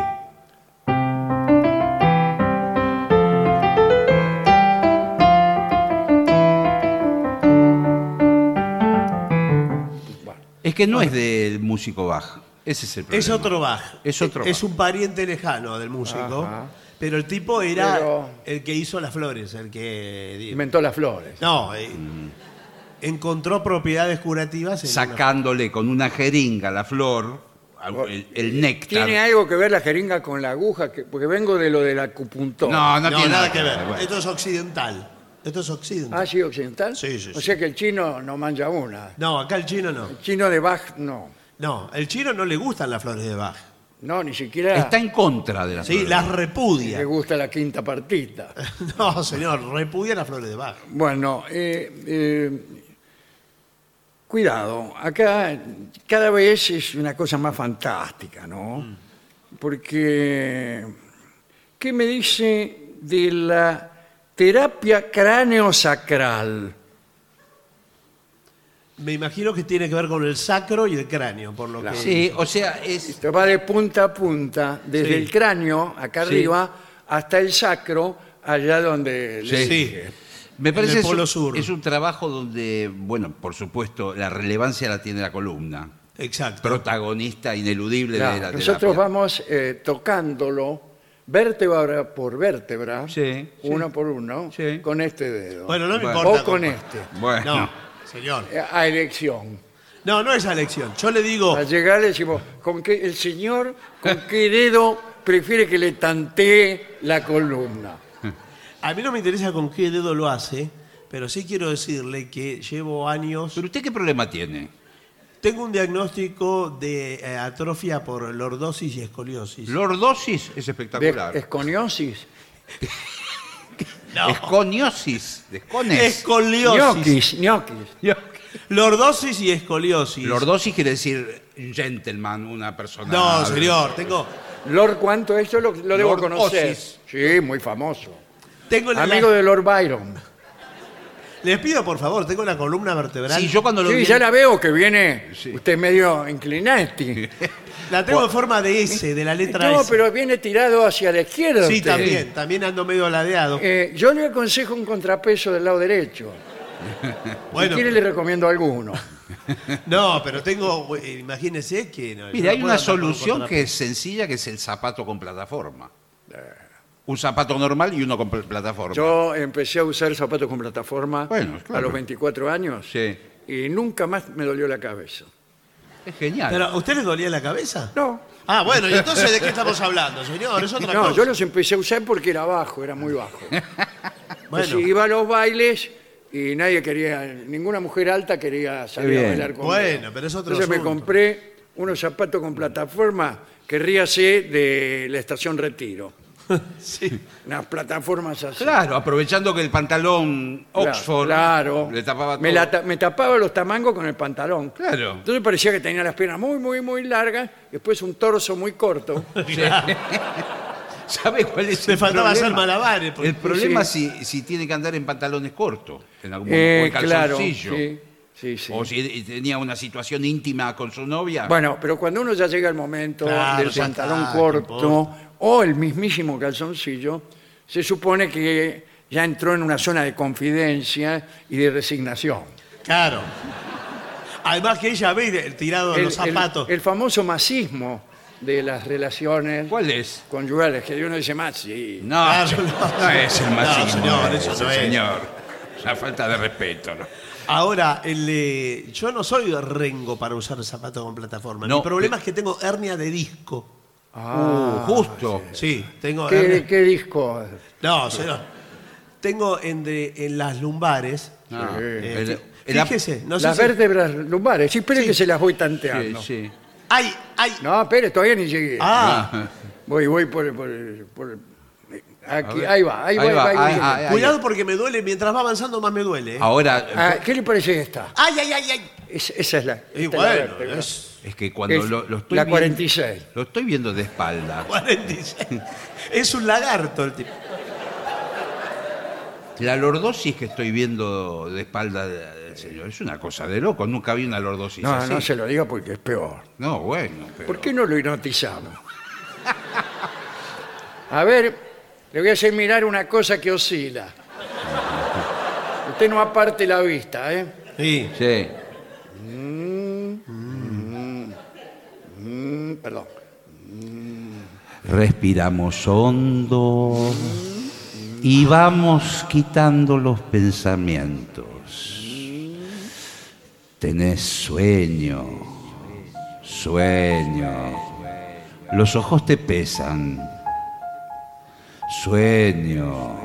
Speaker 4: Es que no es del músico Bach. Ese es el problema.
Speaker 3: Ah. Es otro Bach.
Speaker 4: Es otro
Speaker 3: Es
Speaker 4: Bach.
Speaker 3: un pariente lejano del músico.
Speaker 2: Ajá.
Speaker 3: Pero el tipo era
Speaker 2: Pero-
Speaker 3: el que hizo las flores, el que.
Speaker 2: Inventó las flores.
Speaker 3: No, eh, encontró propiedades curativas en
Speaker 4: sacándole con una jeringa la flor, al- el, el néctar.
Speaker 2: ¿Tiene algo que ver la jeringa con la aguja? Que- porque vengo de lo del acupuntor.
Speaker 4: No, no,
Speaker 3: una- No,
Speaker 4: tiene
Speaker 3: nada que ver.
Speaker 4: bueno.
Speaker 3: Esto es occidental. Esto es occidental.
Speaker 2: ¿Ah, sí, occidental?
Speaker 3: Sí, sí,
Speaker 2: O
Speaker 3: sí.
Speaker 2: sea que el chino no mancha una.
Speaker 3: No, acá el chino no.
Speaker 2: El chino de Bach, no.
Speaker 3: No, el chino no le gustan las flores de Bach.
Speaker 2: No, ni siquiera
Speaker 4: Está en contra de la
Speaker 3: Sí,
Speaker 4: flor.
Speaker 3: las
Speaker 2: le
Speaker 3: repudia.
Speaker 2: gusta la quinta partita.
Speaker 3: No, señor, repudia las flores de Bach.
Speaker 2: Bueno, eh, eh, cuidado, acá cada vez es una cosa más fantástica, ¿no?
Speaker 3: Mm.
Speaker 2: Porque, ¿qué me dice de la terapia cráneo-sacral?
Speaker 3: Me imagino que tiene que ver con el sacro y el cráneo, por lo que...
Speaker 4: Sí, o sea, es
Speaker 2: Esto va de punta a punta, desde
Speaker 3: Sí.
Speaker 2: el cráneo, acá
Speaker 3: Sí.
Speaker 2: arriba, hasta el sacro, allá donde... le
Speaker 4: Sí.
Speaker 2: dije.
Speaker 4: me
Speaker 3: En
Speaker 4: parece
Speaker 3: el
Speaker 4: es un-
Speaker 3: Polo Sur.
Speaker 4: es un trabajo donde, bueno, por supuesto, la relevancia la tiene la columna,
Speaker 3: Exacto.
Speaker 4: protagonista ineludible
Speaker 2: Claro,
Speaker 4: de la
Speaker 2: nosotros
Speaker 4: terapia.
Speaker 2: vamos eh, tocándolo vértebra por vértebra,
Speaker 4: Sí, sí.
Speaker 2: uno por uno,
Speaker 4: Sí.
Speaker 2: con este dedo.
Speaker 3: Bueno, no me
Speaker 4: Bueno.
Speaker 3: importa.
Speaker 2: o con
Speaker 3: compa-
Speaker 2: este,
Speaker 4: Bueno,
Speaker 3: No, señor.
Speaker 2: eh, a elección.
Speaker 3: No, no es elección. Yo le digo,
Speaker 2: Al llegar le decimos, ¿con qué, el señor, ¿con qué dedo prefiere que le tantee la columna?
Speaker 3: a mí no me interesa con qué dedo lo hace, pero sí quiero decirle que llevo años...
Speaker 4: pero usted qué problema tiene?
Speaker 3: Tengo un diagnóstico de eh, atrofia por lordosis y escoliosis.
Speaker 4: Lordosis es
Speaker 2: De
Speaker 4: espectacular.
Speaker 2: esconiosis.
Speaker 3: No.
Speaker 4: Esconiosis, descones.
Speaker 3: Escoliosis.
Speaker 2: Ñoquis, ñoquis.
Speaker 3: Lordosis y escoliosis.
Speaker 4: Lordosis quiere decir gentleman, una persona.
Speaker 3: no, señor, tengo...
Speaker 2: Lord, ¿cuánto? Esto lo, lo debo
Speaker 4: Lord
Speaker 2: conocer.
Speaker 4: Osis.
Speaker 2: Sí, muy famoso.
Speaker 3: tengo la-
Speaker 2: Amigo de Lord Byron.
Speaker 3: Les pido, por favor, tengo la columna vertebral.
Speaker 4: Sí, yo cuando lo
Speaker 2: Sí,
Speaker 4: vi-
Speaker 2: ya la veo que viene usted medio inclinati.
Speaker 3: La tengo en forma de S, de la letra
Speaker 2: No,
Speaker 3: S.
Speaker 2: pero viene tirado hacia la izquierda.
Speaker 3: Sí,
Speaker 2: usted.
Speaker 3: también, también ando medio ladeado.
Speaker 2: Eh, yo le aconsejo un contrapeso del lado derecho. si
Speaker 3: bueno,
Speaker 2: quiere le recomiendo alguno.
Speaker 3: no, pero tengo, eh, imagínese que... no, yo
Speaker 4: Mira,
Speaker 3: no
Speaker 4: hay
Speaker 3: puedo
Speaker 4: una
Speaker 3: andar con
Speaker 4: solución
Speaker 3: otra-
Speaker 4: que es sencilla, que es el zapato con plataforma.
Speaker 3: Eh.
Speaker 4: Un zapato normal y uno con pl- plataforma.
Speaker 2: Yo empecé a usar zapatos con plataforma
Speaker 4: Bueno, claro.
Speaker 2: a los 24 años
Speaker 4: Sí.
Speaker 2: y nunca más me dolió la cabeza.
Speaker 4: Es genial.
Speaker 3: Pero, ¿a usted le dolía la cabeza?
Speaker 2: No,
Speaker 3: Ah, bueno, ¿y entonces de qué estamos hablando, señor? Es otra
Speaker 2: no
Speaker 3: cosa.
Speaker 2: yo los empecé a usar porque era bajo, era muy bajo.
Speaker 3: Bueno,
Speaker 2: Entonces, iba a los bailes y nadie quería, ninguna mujer alta quería salir
Speaker 4: Qué
Speaker 2: a
Speaker 4: bien.
Speaker 2: bailar conmigo.
Speaker 3: Bueno, pero es otro
Speaker 2: Entonces me
Speaker 3: asunto.
Speaker 2: compré unos zapatos con plataforma que ríase de la estación Retiro.
Speaker 3: sí.
Speaker 2: Unas plataformas así.
Speaker 4: Claro, aprovechando que el pantalón
Speaker 2: Claro,
Speaker 4: Oxford
Speaker 2: claro.
Speaker 4: le tapaba todo.
Speaker 2: Me, la ta- me tapaba los tamangos con el pantalón.
Speaker 4: Claro.
Speaker 2: Entonces parecía que tenía las piernas muy, muy, muy largas, después un torso muy corto.
Speaker 4: ¿Sabe cuál es
Speaker 3: Le
Speaker 4: el
Speaker 3: faltaba hacer
Speaker 4: problema?
Speaker 3: malabares. porque-
Speaker 4: El problema es si, si tiene que andar en pantalones cortos, en algún
Speaker 2: Eh,
Speaker 4: momento, o en
Speaker 2: claro.
Speaker 4: calzoncillo.
Speaker 2: sí, sí, sí.
Speaker 4: O si e-, tenía una situación íntima con su novia.
Speaker 2: Bueno, pero cuando uno ya llega al momento
Speaker 3: Claro,
Speaker 2: del
Speaker 3: ya
Speaker 2: pantalón
Speaker 3: está, no
Speaker 2: corto o el mismísimo calzoncillo, se supone que ya entró en una zona de confidencia y de resignación.
Speaker 3: Claro. Además que ella ve de- tirado
Speaker 2: El-
Speaker 3: los
Speaker 2: el-
Speaker 3: zapatos.
Speaker 2: El, famoso masismo de las relaciones
Speaker 4: ¿Cuál es?
Speaker 2: conyugales, que uno dice más, sí.
Speaker 4: No,
Speaker 3: Claro,
Speaker 4: no,
Speaker 3: no.
Speaker 4: es el machismo.
Speaker 3: No, señor, eso no es.
Speaker 4: Señor, una falta de respeto. ¿no?
Speaker 3: Ahora, el, eh, yo no soy rengo para usar zapatos con plataforma.
Speaker 4: No,
Speaker 3: Mi problema
Speaker 4: pe-
Speaker 3: es que tengo hernia de disco.
Speaker 4: Uh, justo.
Speaker 3: Sí, tengo
Speaker 2: Ah, ¿Qué,
Speaker 3: hernia-
Speaker 2: qué disco?
Speaker 3: No, señor. Tengo en, de- en las lumbares.
Speaker 4: No,
Speaker 3: eh,
Speaker 4: Ah. el-
Speaker 3: fí-
Speaker 4: el-
Speaker 3: fíjese, no sé
Speaker 2: las
Speaker 3: si-
Speaker 2: vértebras lumbares. Sí, espere que se las voy tanteando.
Speaker 4: Sí, sí.
Speaker 3: ¡Ay, ay!
Speaker 2: No, espere, todavía ni llegué.
Speaker 3: ¡Ah!
Speaker 2: Voy, voy por, el- por, el- por el- aquí,
Speaker 4: ver.
Speaker 2: ahí va, ahí,
Speaker 4: Ahí
Speaker 2: va,
Speaker 4: va,
Speaker 2: ahí va.
Speaker 4: ahí- ahí-
Speaker 3: Cuidado porque me duele. Mientras va avanzando, más me duele. eh.
Speaker 4: Ah. Ahora,
Speaker 2: Ah, ¿Qué le parece esta?
Speaker 3: ¡Ay, ay, ay, ay!
Speaker 2: Es- esa es la. esta
Speaker 3: Y
Speaker 2: es la
Speaker 3: bueno,
Speaker 2: vértebra.
Speaker 3: es
Speaker 4: es que cuando
Speaker 2: Es
Speaker 4: lo, lo estoy
Speaker 2: la
Speaker 4: viendo-
Speaker 2: 46.
Speaker 4: lo estoy viendo de espalda.
Speaker 3: 46. Es un lagarto el tipo.
Speaker 4: La lordosis que estoy viendo de espalda de- del señor es una cosa de loco. Nunca vi una lordosis
Speaker 2: No,
Speaker 4: así.
Speaker 2: no se lo diga porque es peor.
Speaker 4: No, bueno. Pero...
Speaker 2: ¿Por qué no lo hipnotizamos? A ver, le voy a hacer mirar una cosa que oscila. Usted no aparte la vista, ¿eh?
Speaker 3: Sí.
Speaker 4: Sí.
Speaker 2: Mm, perdón.
Speaker 4: Respiramos hondo y vamos quitando los pensamientos. Tenés sueño, sueño. Los ojos te pesan. Sueño.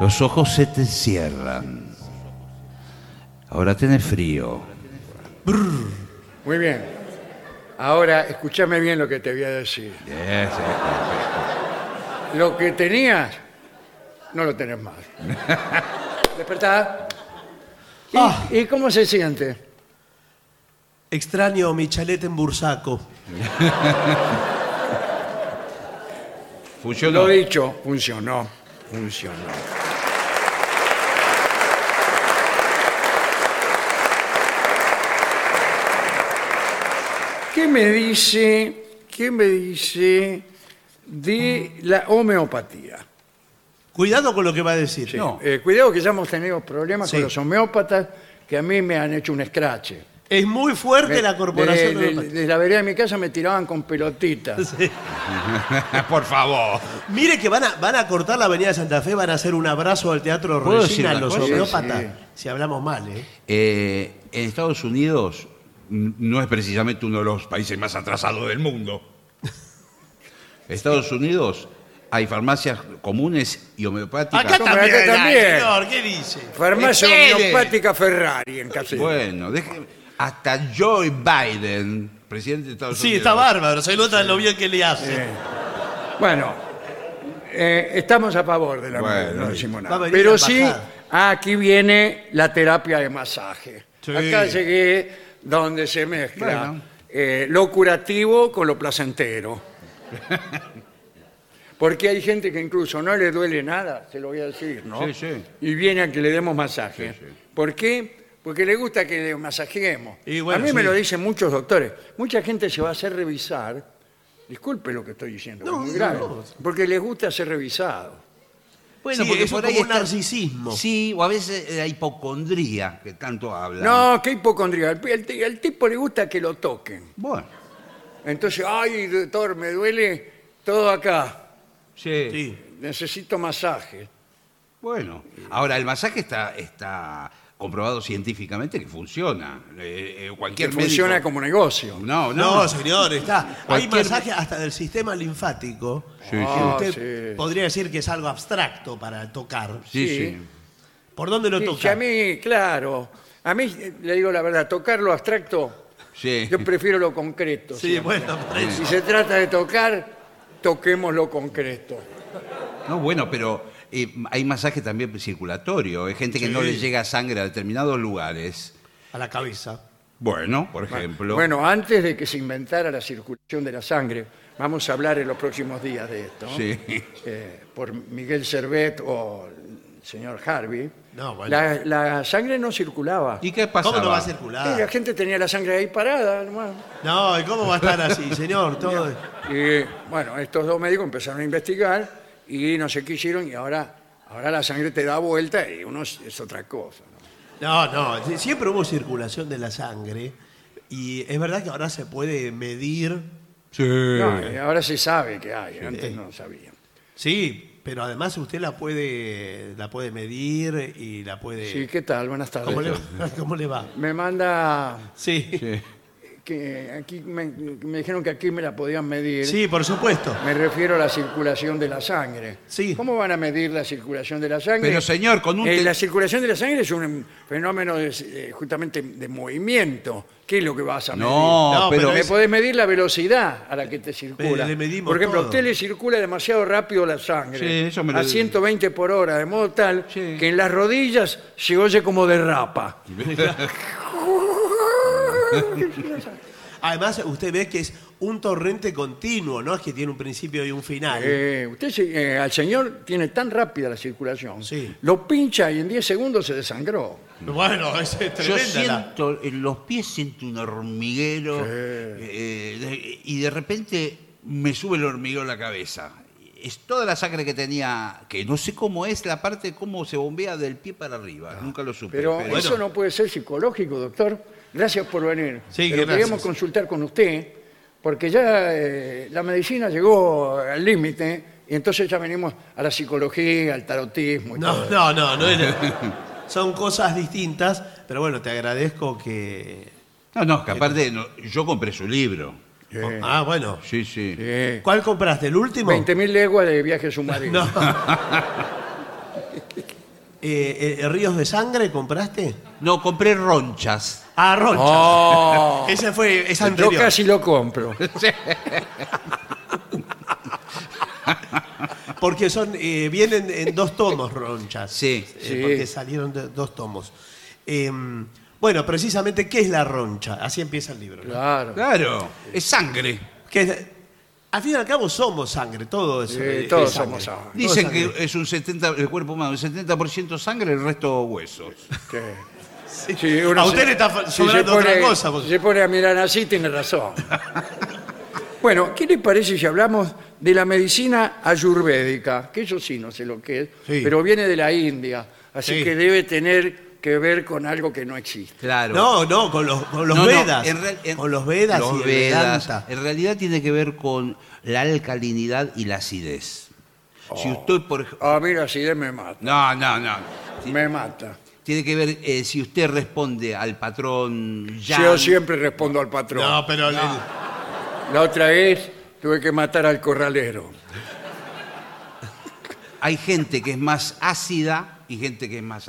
Speaker 4: Los ojos se te cierran. Ahora tenés frío.
Speaker 2: Muy bien. Ahora, escúchame bien lo que te voy a decir.
Speaker 4: Bien, sí.
Speaker 2: Lo que tenías, no lo tenés más. Despertá. ¿Y,
Speaker 3: Ah.
Speaker 2: ¿Y cómo se siente?
Speaker 3: Extraño mi chalet en bursaco.
Speaker 4: Funcionó.
Speaker 2: Lo dicho, funcionó. Funcionó. ¿Qué me dice, qué me dice de la homeopatía?
Speaker 3: Cuidado con lo que va a decir. No.
Speaker 2: Eh, cuidado que ya hemos tenido problemas
Speaker 3: Sí.
Speaker 2: con los homeópatas que a mí me han hecho un escrache.
Speaker 3: Es muy fuerte la corporación.
Speaker 2: de, de-
Speaker 3: homeopática.
Speaker 2: de la vereda de mi casa me tiraban con pelotitas.
Speaker 4: Por favor.
Speaker 3: Mire que van a, van a cortar la avenida de Santa Fe, van a hacer un abrazo al Teatro
Speaker 4: ¿Puedo decir
Speaker 3: Regina,
Speaker 4: una
Speaker 3: los
Speaker 4: cosa?
Speaker 3: homeópatas.
Speaker 2: Sí.
Speaker 3: Si hablamos mal, ¿eh?
Speaker 4: Eh, en Estados Unidos n- no es precisamente uno de los países más atrasados del mundo. En Estados Unidos hay farmacias comunes y homeopáticas.
Speaker 3: Acá
Speaker 2: Hombre,
Speaker 3: también,
Speaker 2: acá
Speaker 3: ay,
Speaker 2: también.
Speaker 3: señor, ¿qué dice?
Speaker 2: Farmacia
Speaker 4: Espere.
Speaker 2: homeopática Ferrari en casa.
Speaker 4: Bueno, deje- hasta Joe Biden, presidente de Estados
Speaker 3: Sí,
Speaker 4: Unidos.
Speaker 3: está bárbaro, se nota lo bien que le hace.
Speaker 2: Bueno, eh, estamos a favor de la
Speaker 4: Bueno,
Speaker 2: mujer, no decimos
Speaker 3: va a
Speaker 2: nada.
Speaker 3: venir la
Speaker 2: Pero sí,
Speaker 3: embajada.
Speaker 2: ah, aquí viene la terapia de masaje.
Speaker 3: Sí.
Speaker 2: Acá llegué donde se mezcla
Speaker 4: Bueno.
Speaker 2: eh, lo curativo con lo placentero. Porque hay gente que incluso no le duele nada, se lo voy a decir, ¿no?
Speaker 4: Sí, sí.
Speaker 2: Y viene a que le demos masaje.
Speaker 4: Sí, sí.
Speaker 2: ¿Por qué? Porque le gusta que le masajeemos.
Speaker 3: Y
Speaker 2: a
Speaker 3: bueno,
Speaker 2: mí me
Speaker 3: sí.
Speaker 2: lo dicen muchos doctores. Mucha gente se va a hacer revisar. Disculpe lo que estoy diciendo,
Speaker 3: No,
Speaker 2: es muy grave.
Speaker 3: no.
Speaker 2: Porque les gusta ser revisado.
Speaker 3: Bueno,
Speaker 4: Sí,
Speaker 3: porque
Speaker 4: eso
Speaker 3: por
Speaker 4: es
Speaker 3: ahí
Speaker 4: como
Speaker 3: es
Speaker 4: un
Speaker 3: narcisismo.
Speaker 4: Sí, o a veces eh, la hipocondría que tanto habla.
Speaker 2: No, qué hipocondría. Al, al ti- al tipo le gusta que lo toquen.
Speaker 4: Bueno,
Speaker 2: Entonces, ay, doctor, me duele todo acá.
Speaker 4: sí.
Speaker 3: Sí.
Speaker 2: Necesito masaje.
Speaker 4: Bueno, ahora el masaje está, está comprobado científicamente que funciona. Eh, eh, cualquier
Speaker 2: Funciona
Speaker 4: médico-
Speaker 2: como negocio.
Speaker 4: No, no.
Speaker 3: No, señor, está. Hay
Speaker 4: Cualquier-
Speaker 3: masaje hasta del sistema linfático.
Speaker 4: Sí,
Speaker 2: Ah,
Speaker 3: Usted
Speaker 2: sí.
Speaker 3: podría decir que es algo abstracto para tocar.
Speaker 4: sí, sí.
Speaker 2: sí.
Speaker 3: ¿Por dónde lo
Speaker 2: Sí,
Speaker 3: toca?
Speaker 2: que a mí, claro. A mí, eh, le digo la verdad, tocar lo abstracto,
Speaker 4: Sí.
Speaker 2: yo prefiero lo concreto.
Speaker 3: Sí,
Speaker 2: siempre.
Speaker 3: bueno, por eso.
Speaker 2: Si se trata de tocar, toquemos lo concreto.
Speaker 4: No, bueno, pero eh, hay masaje también circulatorio. Hay gente que no
Speaker 3: Sí.
Speaker 4: le llega sangre a determinados lugares.
Speaker 3: A la cabeza.
Speaker 4: Bueno, por ejemplo.
Speaker 2: Bueno, antes de que se inventara la circulación de la sangre, vamos a hablar en los próximos días de esto.
Speaker 4: Sí.
Speaker 2: Eh, por Miguel Servet o el señor Harvey.
Speaker 3: No, bueno.
Speaker 2: la, la sangre no circulaba.
Speaker 4: ¿Y qué pasa?
Speaker 3: ¿Cómo no va a
Speaker 2: Sí, la
Speaker 3: circular?
Speaker 2: gente tenía la sangre ahí parada. nomás.
Speaker 3: No, ¿y cómo va a estar así, señor? Todo...
Speaker 2: Y bueno, estos dos médicos empezaron a investigar y no sé qué hicieron y ahora, ahora la sangre te da vuelta y uno es, es otra cosa. ¿no?
Speaker 3: No, no, si- siempre hubo circulación de la sangre y es verdad que ahora se puede medir,
Speaker 4: Sí.
Speaker 2: No, eh, ahora se sabe que hay, antes no sabían.
Speaker 3: sí, pero además usted la puede, la puede medir y la puede...
Speaker 2: Sí, ¿qué tal? Buenas tardes.
Speaker 3: ¿Cómo, le va? ¿Cómo le va?
Speaker 2: Me manda
Speaker 3: Sí. sí,
Speaker 4: Sí.
Speaker 2: que aquí me, me dijeron que aquí me la podían medir.
Speaker 3: por supuesto.
Speaker 2: Me refiero a la circulación de la sangre.
Speaker 3: Sí.
Speaker 2: ¿Cómo van a medir la circulación de la sangre?
Speaker 4: Pero, señor, con un
Speaker 2: Eh,
Speaker 4: te-
Speaker 2: la circulación de la sangre es un fenómeno de- eh, justamente de movimiento. ¿Qué es lo que vas a medir?
Speaker 4: No,
Speaker 3: No,
Speaker 4: pero. Eh,
Speaker 3: pero
Speaker 2: Me
Speaker 3: es-
Speaker 2: podés medir la velocidad a la que te circula.
Speaker 3: le medimos
Speaker 2: por ejemplo,
Speaker 3: todo.
Speaker 2: a usted le circula demasiado rápido la sangre.
Speaker 4: Sí, eso me lo-
Speaker 2: A 120 por hora, de modo tal
Speaker 4: Sí.
Speaker 2: que en las rodillas se oye como derrapa.
Speaker 3: Además, usted ve que es un torrente continuo, no es que tiene un principio y un final.
Speaker 2: Eh, usted se- eh, al señor tiene tan rápida la circulación.
Speaker 3: Sí.
Speaker 2: Lo pincha y en 10 segundos se desangró.
Speaker 3: Bueno, es es
Speaker 4: Yo
Speaker 3: tremenda la-
Speaker 4: siento, en los pies siento un hormiguero eh, de- y de repente me sube el hormiguero a la cabeza. Es toda la sangre que tenía, que no sé cómo es la parte, de cómo se bombea del pie para arriba. Nunca lo supe.
Speaker 2: Pero
Speaker 4: pero-
Speaker 2: eso no puede ser psicológico, doctor. Gracias por venir.
Speaker 3: Sí,
Speaker 2: Pero
Speaker 3: gracias.
Speaker 2: queríamos consultar con usted, porque ya eh, la medicina llegó al límite, y entonces ya venimos a la psicología, al tarotismo. y
Speaker 3: No,
Speaker 2: todo.
Speaker 3: no, no, no era- son cosas distintas, pero bueno, te agradezco que...
Speaker 4: No, no, que aparte no, yo compré su libro.
Speaker 2: Sí,
Speaker 3: Ah, bueno.
Speaker 4: Sí, sí.
Speaker 2: sí.
Speaker 3: ¿Cuál compraste? ¿El último?
Speaker 2: 20.000 leguas de viaje submarino.
Speaker 3: No. Eh, eh, ¿Ríos de sangre compraste?
Speaker 4: No, compré ronchas.
Speaker 3: Ah, Roncha.
Speaker 2: Oh.
Speaker 3: Esa fue, esa
Speaker 2: Yo
Speaker 3: anterior.
Speaker 2: casi lo compro.
Speaker 3: Porque son, eh, vienen en dos tomos, Ronchas.
Speaker 4: Sí.
Speaker 3: Eh,
Speaker 2: Sí.
Speaker 3: Porque salieron de- dos tomos. Eh, bueno, precisamente, ¿qué es la Roncha? Así empieza el libro. ¿no?
Speaker 2: Claro.
Speaker 4: Claro. Es sangre.
Speaker 3: Que es- al fin y al cabo somos sangre, todo eso.
Speaker 2: Sí,
Speaker 3: eh, es
Speaker 2: todos
Speaker 3: sangre.
Speaker 2: somos sangre.
Speaker 4: Dicen
Speaker 3: Todo
Speaker 4: que
Speaker 3: sangre.
Speaker 4: es un 70, el cuerpo humano, un 70% sangre, el resto huesos.
Speaker 2: Sí.
Speaker 3: Sí.
Speaker 2: Sí, uno
Speaker 3: a
Speaker 2: se-
Speaker 3: usted le está fa-
Speaker 2: si
Speaker 3: sobrando
Speaker 2: se pone-
Speaker 3: otra cosa. vos.
Speaker 2: si se pone a mirar así, tiene razón. bueno, ¿qué le parece si hablamos de la medicina ayurvédica? Que eso sí, no sé lo que es,
Speaker 3: Sí.
Speaker 2: pero viene de la India, así
Speaker 3: Sí.
Speaker 2: que debe tener que ver con algo que no existe.
Speaker 4: Claro.
Speaker 3: No, no, con los, con los
Speaker 4: No, no,
Speaker 3: Vedas.
Speaker 4: en real- en-
Speaker 3: con los Vedas
Speaker 4: los
Speaker 3: y el
Speaker 4: Vedas.
Speaker 3: Vedanta.
Speaker 4: En realidad tiene que ver con la alcalinidad y la acidez. Si usted, por ejemplo.
Speaker 2: Ah, mira, así de me mata.
Speaker 4: No, no, no.
Speaker 2: Me mata.
Speaker 4: Tiene que ver eh, si usted responde al patrón ya.
Speaker 2: Yo siempre respondo al patrón.
Speaker 3: No, pero el-
Speaker 2: La otra vez tuve que matar al corralero.
Speaker 4: Hay gente que es más ácida y gente que es más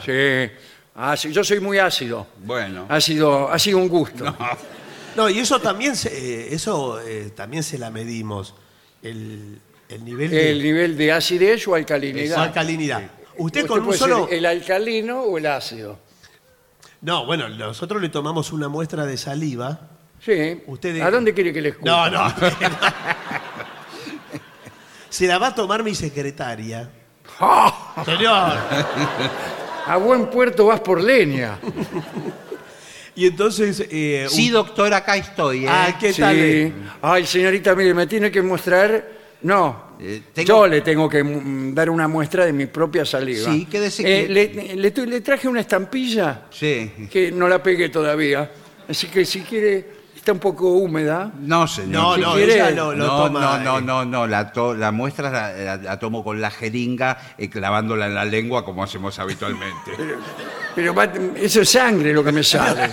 Speaker 3: claro.
Speaker 2: Sí. Ah, sí, yo soy muy ácido.
Speaker 4: Bueno.
Speaker 2: Ha sido, ha sido un gusto.
Speaker 3: No, y eso también se, eh, eso eh, también se la medimos. El, el nivel de
Speaker 2: El nivel de acidez o
Speaker 3: su
Speaker 2: alcalinidad.
Speaker 3: alcalinidad. Usted con un
Speaker 2: puede ser
Speaker 3: solo.
Speaker 2: ¿El alcalino o el ácido?
Speaker 3: No, bueno, nosotros le tomamos una muestra de saliva.
Speaker 2: Sí.
Speaker 3: Usted-
Speaker 2: ¿A dónde quiere que les cuente?
Speaker 3: No, no. se la va a tomar mi secretaria.
Speaker 2: ¡Ah!
Speaker 3: Señor.
Speaker 2: A buen puerto vas por leña.
Speaker 3: Y entonces. eh,
Speaker 4: Sí, doctor, acá estoy. ¿eh?
Speaker 3: Ah, ¿qué
Speaker 2: Sí.
Speaker 3: tal? eh?
Speaker 2: Ay, señorita, mire, me tiene que mostrar... No,
Speaker 4: Eh, tengo-
Speaker 2: yo le tengo que mm, dar una muestra de mi propia saliva.
Speaker 4: Sí, quédese
Speaker 2: Eh,
Speaker 4: que-
Speaker 2: le, le tu- le traje una estampilla
Speaker 4: Sí.
Speaker 2: que no la pegué todavía. Así que si quiere... Está un poco húmeda.
Speaker 4: No, señor.
Speaker 3: No,
Speaker 2: Si
Speaker 3: no,
Speaker 2: quiere-
Speaker 3: ella lo, lo
Speaker 4: no,
Speaker 3: toma.
Speaker 4: no, no,
Speaker 3: eh,
Speaker 4: no, no, la, to- la muestra la, la- la tomo con la jeringa eh, clavándola en la lengua como hacemos habitualmente.
Speaker 2: Pero va- eso es sangre lo que me sale.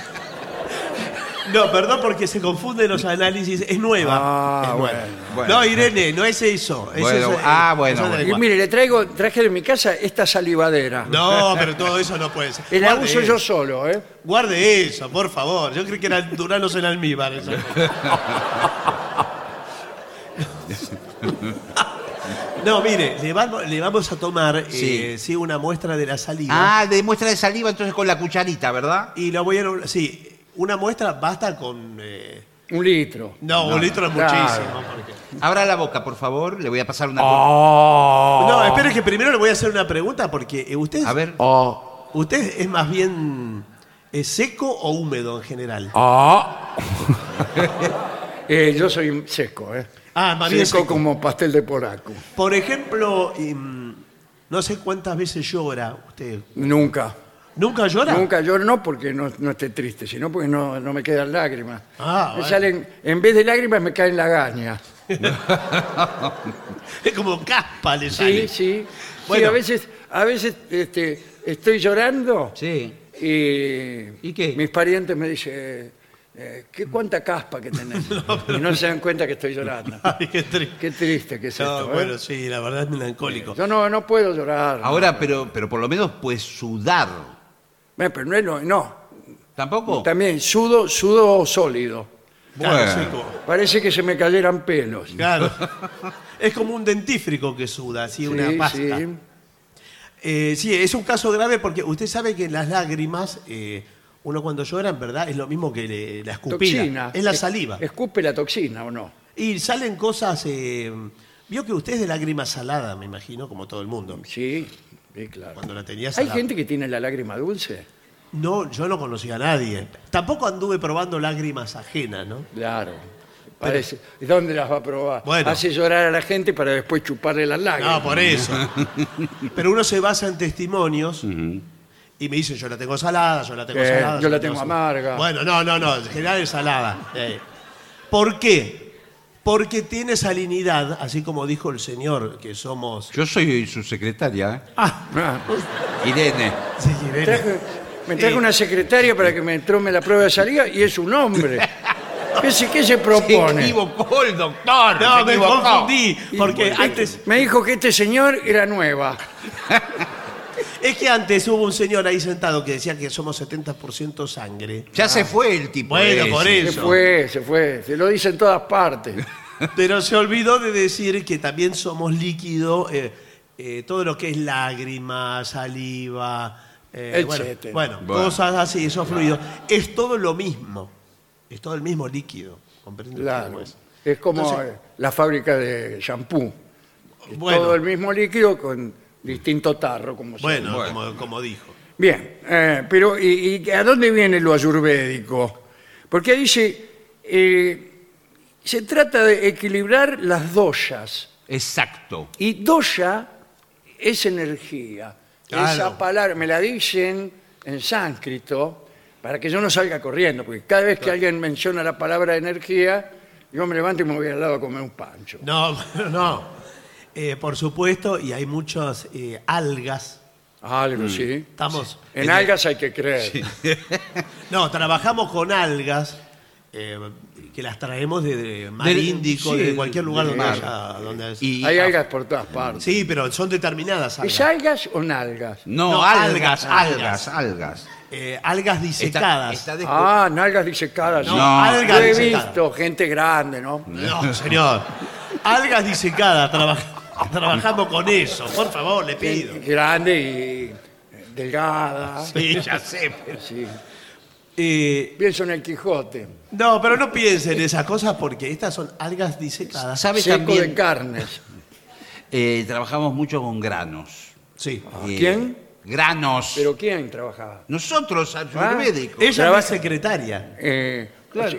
Speaker 3: No, perdón porque se confunden los análisis. Es nueva.
Speaker 2: Ah,
Speaker 3: es nueva.
Speaker 4: bueno.
Speaker 3: No, Irene, no es eso. Es
Speaker 4: Bueno,
Speaker 3: eso, eh,
Speaker 4: ah, bueno,
Speaker 3: eso da
Speaker 4: bueno.
Speaker 2: Y
Speaker 3: igual.
Speaker 2: mire, le traigo, traje de mi casa esta salivadera.
Speaker 3: No, pero todo eso no puede ser.
Speaker 2: Eh, la
Speaker 3: Guarde
Speaker 2: uso
Speaker 3: eso.
Speaker 2: yo solo, ¿eh?
Speaker 3: Guarde eso, por favor. Yo creí que eran duranos en almíbar. eso. No, mire, le vamos, le vamos a tomar eh,
Speaker 4: Sí.
Speaker 3: sí, una muestra de la saliva.
Speaker 4: ah, de muestra de saliva entonces con la cucharita, ¿verdad?
Speaker 3: Y lo voy a. Sí, una muestra basta con. eh,
Speaker 2: Un litro.
Speaker 3: no, un litro es
Speaker 2: claro.
Speaker 3: muchísimo. porque-
Speaker 4: Abra la boca, por favor, le voy a pasar una...
Speaker 3: No,
Speaker 2: No,
Speaker 3: espere que primero le voy a hacer una pregunta porque eh, usted,
Speaker 4: A ver,
Speaker 3: usted es más bien eh, seco o húmedo en general.
Speaker 2: Eh, yo soy seco, ¿eh?
Speaker 3: Ah, más bien seco.
Speaker 2: como pastel de poraco.
Speaker 3: Por ejemplo, em, no sé cuántas veces llora usted.
Speaker 2: Nunca.
Speaker 3: ¿Nunca llora?
Speaker 2: Nunca yo no porque no, no esté triste, sino porque no, no me quedan lágrimas.
Speaker 3: Ah,
Speaker 2: me
Speaker 3: bueno.
Speaker 2: salen, en vez de lágrimas me caen lagañas.
Speaker 3: Es como caspa le
Speaker 2: Sí,
Speaker 3: sale.
Speaker 2: sí. Sí,
Speaker 3: Bueno.
Speaker 2: a veces, a veces este, estoy llorando.
Speaker 4: sí.
Speaker 2: Y,
Speaker 4: ¿Y qué?
Speaker 2: mis parientes me dicen, eh, ¿qué, ¿cuánta caspa que tenés? Y no se dan cuenta que estoy llorando.
Speaker 3: Ay, qué triste.
Speaker 2: Qué triste que es
Speaker 3: No,
Speaker 2: esto. ¿eh?
Speaker 3: bueno, sí, la verdad es melancólico.
Speaker 2: Yo no, no puedo llorar.
Speaker 4: Ahora, pero, pero por lo menos pues sudar.
Speaker 2: Eh, pero no, es lo- no.
Speaker 4: ¿Tampoco?
Speaker 2: también sudo, sudo sólido.
Speaker 3: Claro,
Speaker 4: Bueno.
Speaker 3: seco.
Speaker 2: Parece que se me cayeran pelos.
Speaker 3: Claro. Es como un dentífrico que suda, así una
Speaker 2: Sí,
Speaker 3: pasta.
Speaker 2: sí.
Speaker 3: Eh, sí, es un caso grave porque usted sabe que las lágrimas, eh, uno cuando llora, en verdad, es lo mismo que le- la escupida.
Speaker 2: Toxina.
Speaker 3: Es la
Speaker 2: Es-
Speaker 3: saliva.
Speaker 2: Escupe la toxina o no.
Speaker 3: Y salen cosas... eh, Vio que usted es de lágrima salada, me imagino, como todo el mundo.
Speaker 2: Sí, sí, claro.
Speaker 3: Cuando la tenía
Speaker 2: Hay
Speaker 3: salada.
Speaker 2: gente que tiene la lágrima dulce.
Speaker 3: No, yo no conocía a nadie. Tampoco anduve probando lágrimas ajenas, ¿no?
Speaker 2: Claro. Parece. ¿Dónde las va a probar?
Speaker 3: Bueno.
Speaker 2: Hace llorar a la gente para después chuparle las lágrimas.
Speaker 3: No, por eso. Pero uno se basa en testimonios y me dice, yo la tengo salada, yo la tengo
Speaker 2: Eh,
Speaker 3: salada.
Speaker 2: yo
Speaker 3: yo
Speaker 2: la tengo amarga.
Speaker 3: Bueno, no, no, no, en general es salada. Eh. ¿Por qué? Porque tiene salinidad, así como dijo el señor, que somos...
Speaker 4: Yo soy su secretaria, ¿eh?
Speaker 3: Ah,
Speaker 2: Ah,
Speaker 4: Irene.
Speaker 3: Sí, Irene.
Speaker 2: Traje- me trajo una secretaria para que me trome la prueba de salida y es un hombre. ¿Qué se, qué se
Speaker 4: Se
Speaker 2: propone?
Speaker 4: equivocó el doctor.
Speaker 3: No,
Speaker 4: se
Speaker 3: me
Speaker 4: equivocó.
Speaker 3: confundí, porque antes,
Speaker 2: Me dijo que este señor era nueva.
Speaker 3: es que antes hubo un señor ahí sentado que decía que somos 70% sangre.
Speaker 4: Ya se fue el tipo.
Speaker 3: Bueno,
Speaker 4: ese.
Speaker 3: por
Speaker 2: Se
Speaker 3: eso.
Speaker 2: fue, se fue. Se lo dice en todas partes.
Speaker 3: Pero se olvidó de decir que también somos líquido, eh, eh, todo lo que es lágrimas, saliva, eh, bueno,
Speaker 2: Etcétera.
Speaker 3: bueno,
Speaker 4: Bueno.
Speaker 3: cosas así, esos fluidos. Es todo lo mismo, es todo el mismo líquido. ¿comprende usted
Speaker 2: Claro.
Speaker 3: cómo es?
Speaker 2: Es como
Speaker 3: Pues, Entonces-
Speaker 2: eh, la fábrica de shampoo. Es
Speaker 3: Bueno.
Speaker 2: Todo el mismo líquido con distinto tarro, como se
Speaker 3: Bueno,
Speaker 4: Bueno.
Speaker 3: Como, como dijo.
Speaker 2: Bien, eh, pero ¿y, y a dónde viene lo ayurvédico? Porque dice, eh, se trata de equilibrar las doshas.
Speaker 4: Exacto.
Speaker 2: Y dosha es energía.
Speaker 3: Claro.
Speaker 2: Esa palabra me la dicen en sánscrito para que yo no salga corriendo, porque cada vez que alguien menciona la palabra energía, yo me levanto y me voy al lado a comer un pancho.
Speaker 3: No, no. Eh, por supuesto, y hay muchas eh, algas. Mm.
Speaker 2: Algo, sí.
Speaker 3: Estamos
Speaker 2: En algas hay que creer.
Speaker 3: No, trabajamos con algas eh, que las traemos de, de mar
Speaker 4: Del-
Speaker 3: Índico,
Speaker 4: sí,
Speaker 3: de cualquier lugar
Speaker 4: del
Speaker 3: donde
Speaker 4: mar.
Speaker 3: haya. donde haya-
Speaker 4: Y-
Speaker 2: Hay
Speaker 4: ah,
Speaker 2: algas por todas partes.
Speaker 3: Sí, pero son determinadas algas.
Speaker 2: ¿Es algas o nalgas?
Speaker 4: No,
Speaker 3: No,
Speaker 4: algas,
Speaker 3: algas,
Speaker 4: algas, algas.
Speaker 3: Eh, algas disecadas.
Speaker 4: Está- está descu-
Speaker 2: Ah, nalgas disecadas.
Speaker 3: No,
Speaker 4: No,
Speaker 2: Yo
Speaker 3: algas
Speaker 2: he
Speaker 3: disecadas.
Speaker 2: visto gente grande, ¿no?
Speaker 3: No, señor. algas disecadas, traba- trabajamos con eso. Por favor, le pido.
Speaker 2: Grande y eh, delgada.
Speaker 3: Ah,
Speaker 4: Ah.
Speaker 3: Sí, ya sé. pero-
Speaker 2: Sí.
Speaker 3: Eh,
Speaker 2: Pienso en el Quijote.
Speaker 3: no, pero no piensen en esas cosas porque estas son algas disecadas.
Speaker 4: ¿Sabe
Speaker 2: Seco de
Speaker 4: también?
Speaker 2: carnes.
Speaker 4: eh, trabajamos mucho con granos.
Speaker 3: Sí.
Speaker 4: Eh,
Speaker 2: ¿Quién?
Speaker 4: Granos.
Speaker 2: ¿Pero quién trabajaba?
Speaker 4: Nosotros, ayurvédicos.
Speaker 3: Ella es
Speaker 2: Trabaja-
Speaker 3: mi secretaria.
Speaker 2: Eh,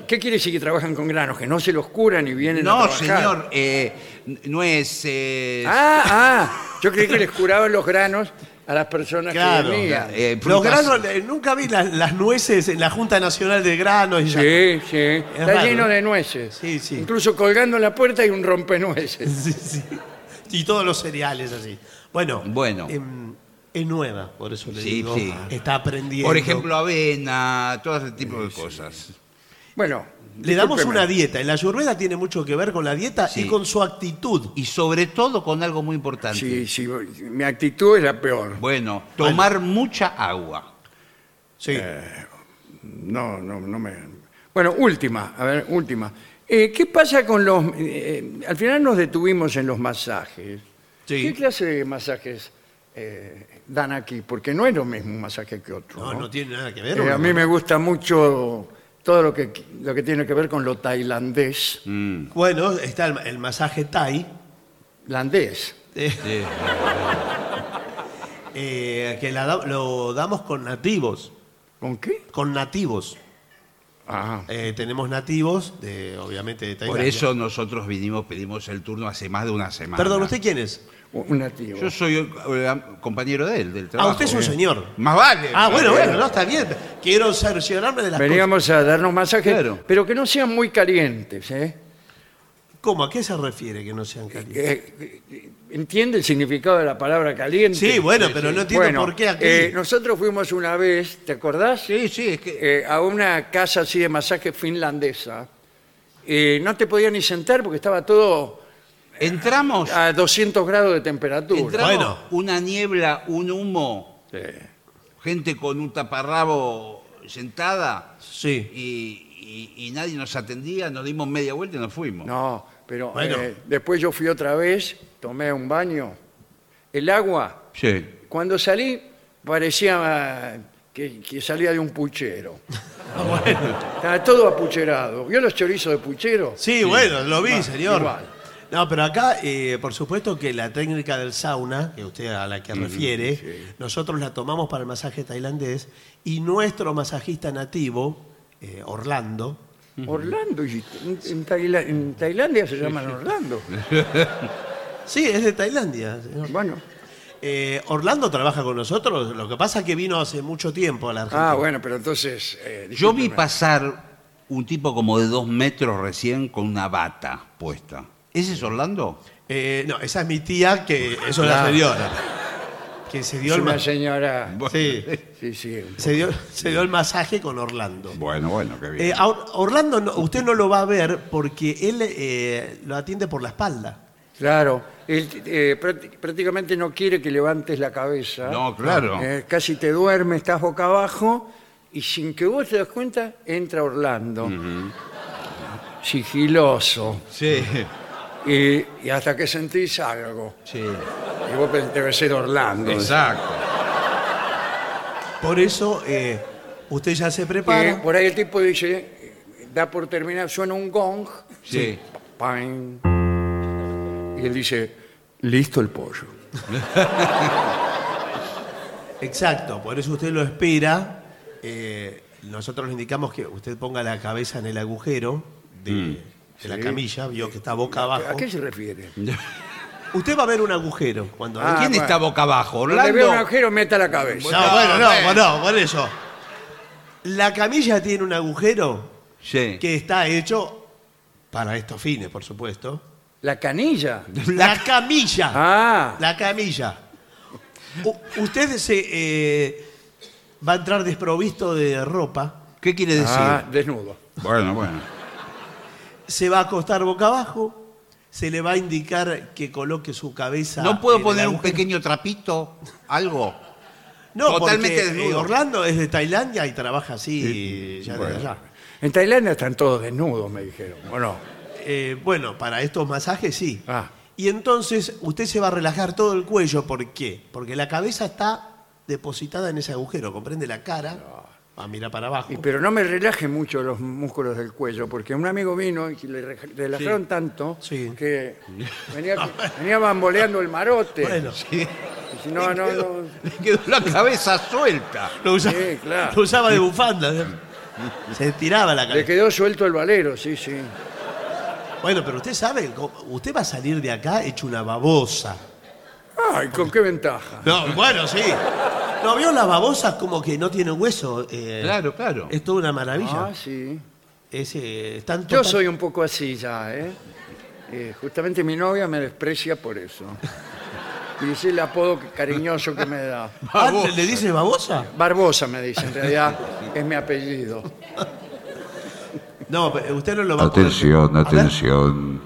Speaker 2: ¿Qué quiere decir que trabajan con granos? Que no se los curan y vienen a
Speaker 4: No,
Speaker 2: trabajar.
Speaker 4: señor, eh, n- nueces,
Speaker 2: Ah, ah. Yo creí que les curaban los granos a las personas
Speaker 3: Claro.
Speaker 2: que venían.
Speaker 4: eh,
Speaker 3: Los
Speaker 4: frutas.
Speaker 3: granos, eh, nunca vi las, las nueces en la Junta Nacional de Granos. y ya-
Speaker 2: Sí, sí. Está
Speaker 3: raro.
Speaker 2: lleno de nueces.
Speaker 3: Sí, sí.
Speaker 2: Incluso colgando en la puerta hay un rompenueces.
Speaker 3: Sí, sí. Y todos los cereales así. Bueno,
Speaker 4: Bueno.
Speaker 3: em, es nueva, por eso le
Speaker 4: Sí,
Speaker 3: digo.
Speaker 4: sí.
Speaker 3: Está aprendiendo.
Speaker 4: Por ejemplo, avena, todo ese tipo de cosas.
Speaker 2: Bueno.
Speaker 3: le damos
Speaker 2: discúlpeme.
Speaker 3: una dieta. En la ayurveda tiene mucho que ver con la dieta y
Speaker 4: Sí.
Speaker 3: con su actitud.
Speaker 4: Y sobre todo con algo muy importante.
Speaker 2: Sí, sí, mi actitud es la peor.
Speaker 4: Bueno, tomar mucha agua.
Speaker 3: Sí.
Speaker 2: Eh, No, no, no me. Bueno, última, a ver, última. Eh, ¿Qué pasa con los. eh, eh, al final nos detuvimos en los masajes.
Speaker 3: Sí.
Speaker 2: ¿Qué clase de masajes eh, dan aquí? Porque no es lo mismo un masaje que otro.
Speaker 3: no,
Speaker 2: ¿no?
Speaker 3: no tiene nada que
Speaker 2: Eh,
Speaker 3: ver.
Speaker 2: a
Speaker 3: ¿o no?
Speaker 2: mí me gusta mucho todo lo que, lo que tiene que ver con lo tailandés.
Speaker 3: Mm. Bueno, está el, el masaje Thai.
Speaker 2: Landés.
Speaker 3: eh,
Speaker 4: Sí.
Speaker 3: eh, que la da- lo damos con nativos.
Speaker 2: ¿Con qué?
Speaker 3: Con nativos.
Speaker 2: Ah,
Speaker 3: Eh, tenemos nativos, de, obviamente de
Speaker 4: Por
Speaker 3: Tailandia.
Speaker 4: eso nosotros vinimos, pedimos el turno hace más de una semana.
Speaker 3: Perdón, ¿usted quién es?
Speaker 2: un nativo.
Speaker 4: Yo soy eh, compañero de él, del trabajo.
Speaker 3: Ah,
Speaker 4: Eh,
Speaker 3: usted es un señor.
Speaker 4: Más vale. Eh,
Speaker 3: Ah, bueno, bueno, no, está bien. Quiero cerciorarme de las
Speaker 2: Veníamos a darnos masajes,
Speaker 4: Claro.
Speaker 2: pero que no sean muy calientes. ¿eh?
Speaker 3: cosas. ¿Cómo? ¿A qué se refiere que no sean calientes?
Speaker 2: Eh, eh, ¿Entiende el significado de la palabra caliente?
Speaker 3: Sí, bueno, pero no entiendo
Speaker 2: Bueno,
Speaker 3: por qué aquí.
Speaker 2: eh, nosotros fuimos una vez, ¿te acordás?
Speaker 4: Sí, sí, es que...
Speaker 2: Eh, a una casa así de masaje finlandesa. Eh, no te podías ni sentar porque estaba todo
Speaker 4: Entramos,
Speaker 2: a 200 grados de temperatura.
Speaker 4: entramos
Speaker 3: Bueno.
Speaker 4: una niebla, un humo,
Speaker 2: Sí.
Speaker 4: gente con un taparrabo sentada
Speaker 3: Sí.
Speaker 4: y, y- y nadie nos atendía, nos dimos media vuelta y nos fuimos.
Speaker 2: No, pero
Speaker 3: Bueno.
Speaker 2: eh, después yo fui otra vez, tomé un baño. El agua,
Speaker 4: Sí.
Speaker 2: cuando salí, parecía eh, que, que salía de un puchero.
Speaker 3: Ah, Bueno.
Speaker 2: Estaba todo apucherado. ¿Vio los chorizos de puchero?
Speaker 3: Sí, bueno, lo vi,
Speaker 2: Igual,
Speaker 3: señor.
Speaker 2: igual.
Speaker 3: No, pero acá, eh, por supuesto que la técnica del sauna, que usted a la que refiere, nosotros la tomamos para el masaje tailandés y nuestro masajista nativo, eh, Orlando,
Speaker 2: Orlando, y en, en Taila- en Tailandia se llaman Orlando.
Speaker 3: sí, es de Tailandia, señor.
Speaker 2: Bueno,
Speaker 3: Eh, Orlando trabaja con nosotros, lo que pasa es que vino hace mucho tiempo a la Argentina.
Speaker 2: ah, bueno, pero entonces. eh,
Speaker 4: Yo vi
Speaker 2: discúlpeme.
Speaker 4: pasar un tipo como de dos metros recién con una bata puesta. ¿Ese es Orlando?
Speaker 3: Eh, no, esa es mi tía, que es una
Speaker 2: Claro.
Speaker 3: señora. que se
Speaker 2: Es
Speaker 3: dio el
Speaker 2: una
Speaker 3: ma-
Speaker 2: señora.
Speaker 3: Sí.
Speaker 2: Sí, sí.
Speaker 3: se dio, se dio el masaje con Orlando.
Speaker 4: Bueno, bueno, qué bien.
Speaker 3: Eh, a Or- Orlando no- usted no lo va a ver porque él eh, lo atiende por la espalda.
Speaker 2: Claro. Él, eh, prácti- prácticamente no quiere que levantes la cabeza.
Speaker 4: No, claro.
Speaker 2: Eh, casi te duermes, estás boca abajo y sin que vos te das cuenta, entra Orlando. Sigiloso.
Speaker 4: Sí,
Speaker 2: Y, y hasta que sentís algo.
Speaker 4: sí.
Speaker 2: Y vos pensás, debe ser Orlando.
Speaker 4: Exacto.
Speaker 3: Por eso eh, usted ya se
Speaker 2: Eh,
Speaker 3: prepara.
Speaker 2: por ahí el tipo dice, eh, da por terminar, suena un gong.
Speaker 4: Sí.
Speaker 2: Pain. Y él dice, listo el pollo.
Speaker 3: Exacto, por eso usted lo espera. Eh, nosotros le indicamos que usted ponga la cabeza en el agujero de, de la
Speaker 2: Mm. Sí.
Speaker 3: camilla, vio que está boca abajo.
Speaker 2: ¿A qué se refiere?
Speaker 3: Usted va a ver un agujero cuando...
Speaker 2: Ah,
Speaker 4: ¿Quién
Speaker 2: bueno.
Speaker 4: está boca abajo?
Speaker 2: Donde vea un
Speaker 4: Orlando.
Speaker 2: agujero, meta la cabeza.
Speaker 3: Pues No,
Speaker 4: No,
Speaker 3: bueno,
Speaker 4: eh.
Speaker 3: no, no, por eso. La camilla tiene un agujero
Speaker 4: Sí.
Speaker 3: que está hecho para estos fines, por supuesto.
Speaker 2: La canilla.
Speaker 3: La camilla.
Speaker 2: Ah.
Speaker 3: La camilla. U- usted se, eh, va a entrar desprovisto de ropa,
Speaker 4: ¿Qué quiere decir?
Speaker 2: Ah, desnudo.
Speaker 4: Bueno, bueno.
Speaker 3: se va a acostar boca abajo, se le va a indicar que coloque su cabeza.
Speaker 4: ¿No puedo
Speaker 3: en el
Speaker 4: poner un
Speaker 3: agujero.
Speaker 4: pequeño trapito? ¿Algo?
Speaker 3: No,
Speaker 4: totalmente
Speaker 3: porque, eh,
Speaker 4: desnudo?
Speaker 3: Orlando es de Tailandia y trabaja así ya desde
Speaker 2: Bueno.
Speaker 3: allá.
Speaker 2: En Tailandia están todos desnudos, me dijeron. ¿O no?
Speaker 3: Eh, bueno, para estos masajes sí.
Speaker 2: Ah.
Speaker 3: Y entonces usted se va a relajar todo el cuello. ¿Por qué? Porque la cabeza está depositada en ese agujero. Comprende la cara. Va a mirar para abajo.
Speaker 2: Ah. Y, pero no me relaje mucho los músculos del cuello, porque un amigo vino y le re- relajaron tanto
Speaker 3: Sí.
Speaker 2: que venía, venía bamboleando el marote.
Speaker 3: Bueno,
Speaker 2: Y si no, no, no,
Speaker 4: Le quedó la cabeza suelta.
Speaker 3: lo, usa-
Speaker 2: Sí, claro.
Speaker 3: lo usaba de bufanda. ¿eh? Se tiraba la
Speaker 2: Le
Speaker 3: cabeza.
Speaker 2: quedó suelto el valero, sí, sí.
Speaker 3: Bueno, pero usted sabe, co- usted va a salir de acá hecho una babosa.
Speaker 2: Ay, ¿con qué ventaja?
Speaker 3: No, bueno, sí. ¿No vio las babosas como que no tienen hueso? Eh,
Speaker 4: Claro, claro.
Speaker 3: Es toda una maravilla.
Speaker 2: Ah, sí.
Speaker 3: Es, eh, están
Speaker 2: Yo
Speaker 3: total-
Speaker 2: soy un poco así ya, ¿eh? Eh, Justamente mi novia me desprecia por eso. Y es el apodo que- cariñoso que me da.
Speaker 3: Ah,
Speaker 4: Babosa.
Speaker 3: ¿Le dice babosa?
Speaker 2: Barbosa me dice, en realidad es mi apellido.
Speaker 3: No, pero usted no lo va a poder-
Speaker 5: Atención,
Speaker 3: A ver,
Speaker 5: atención.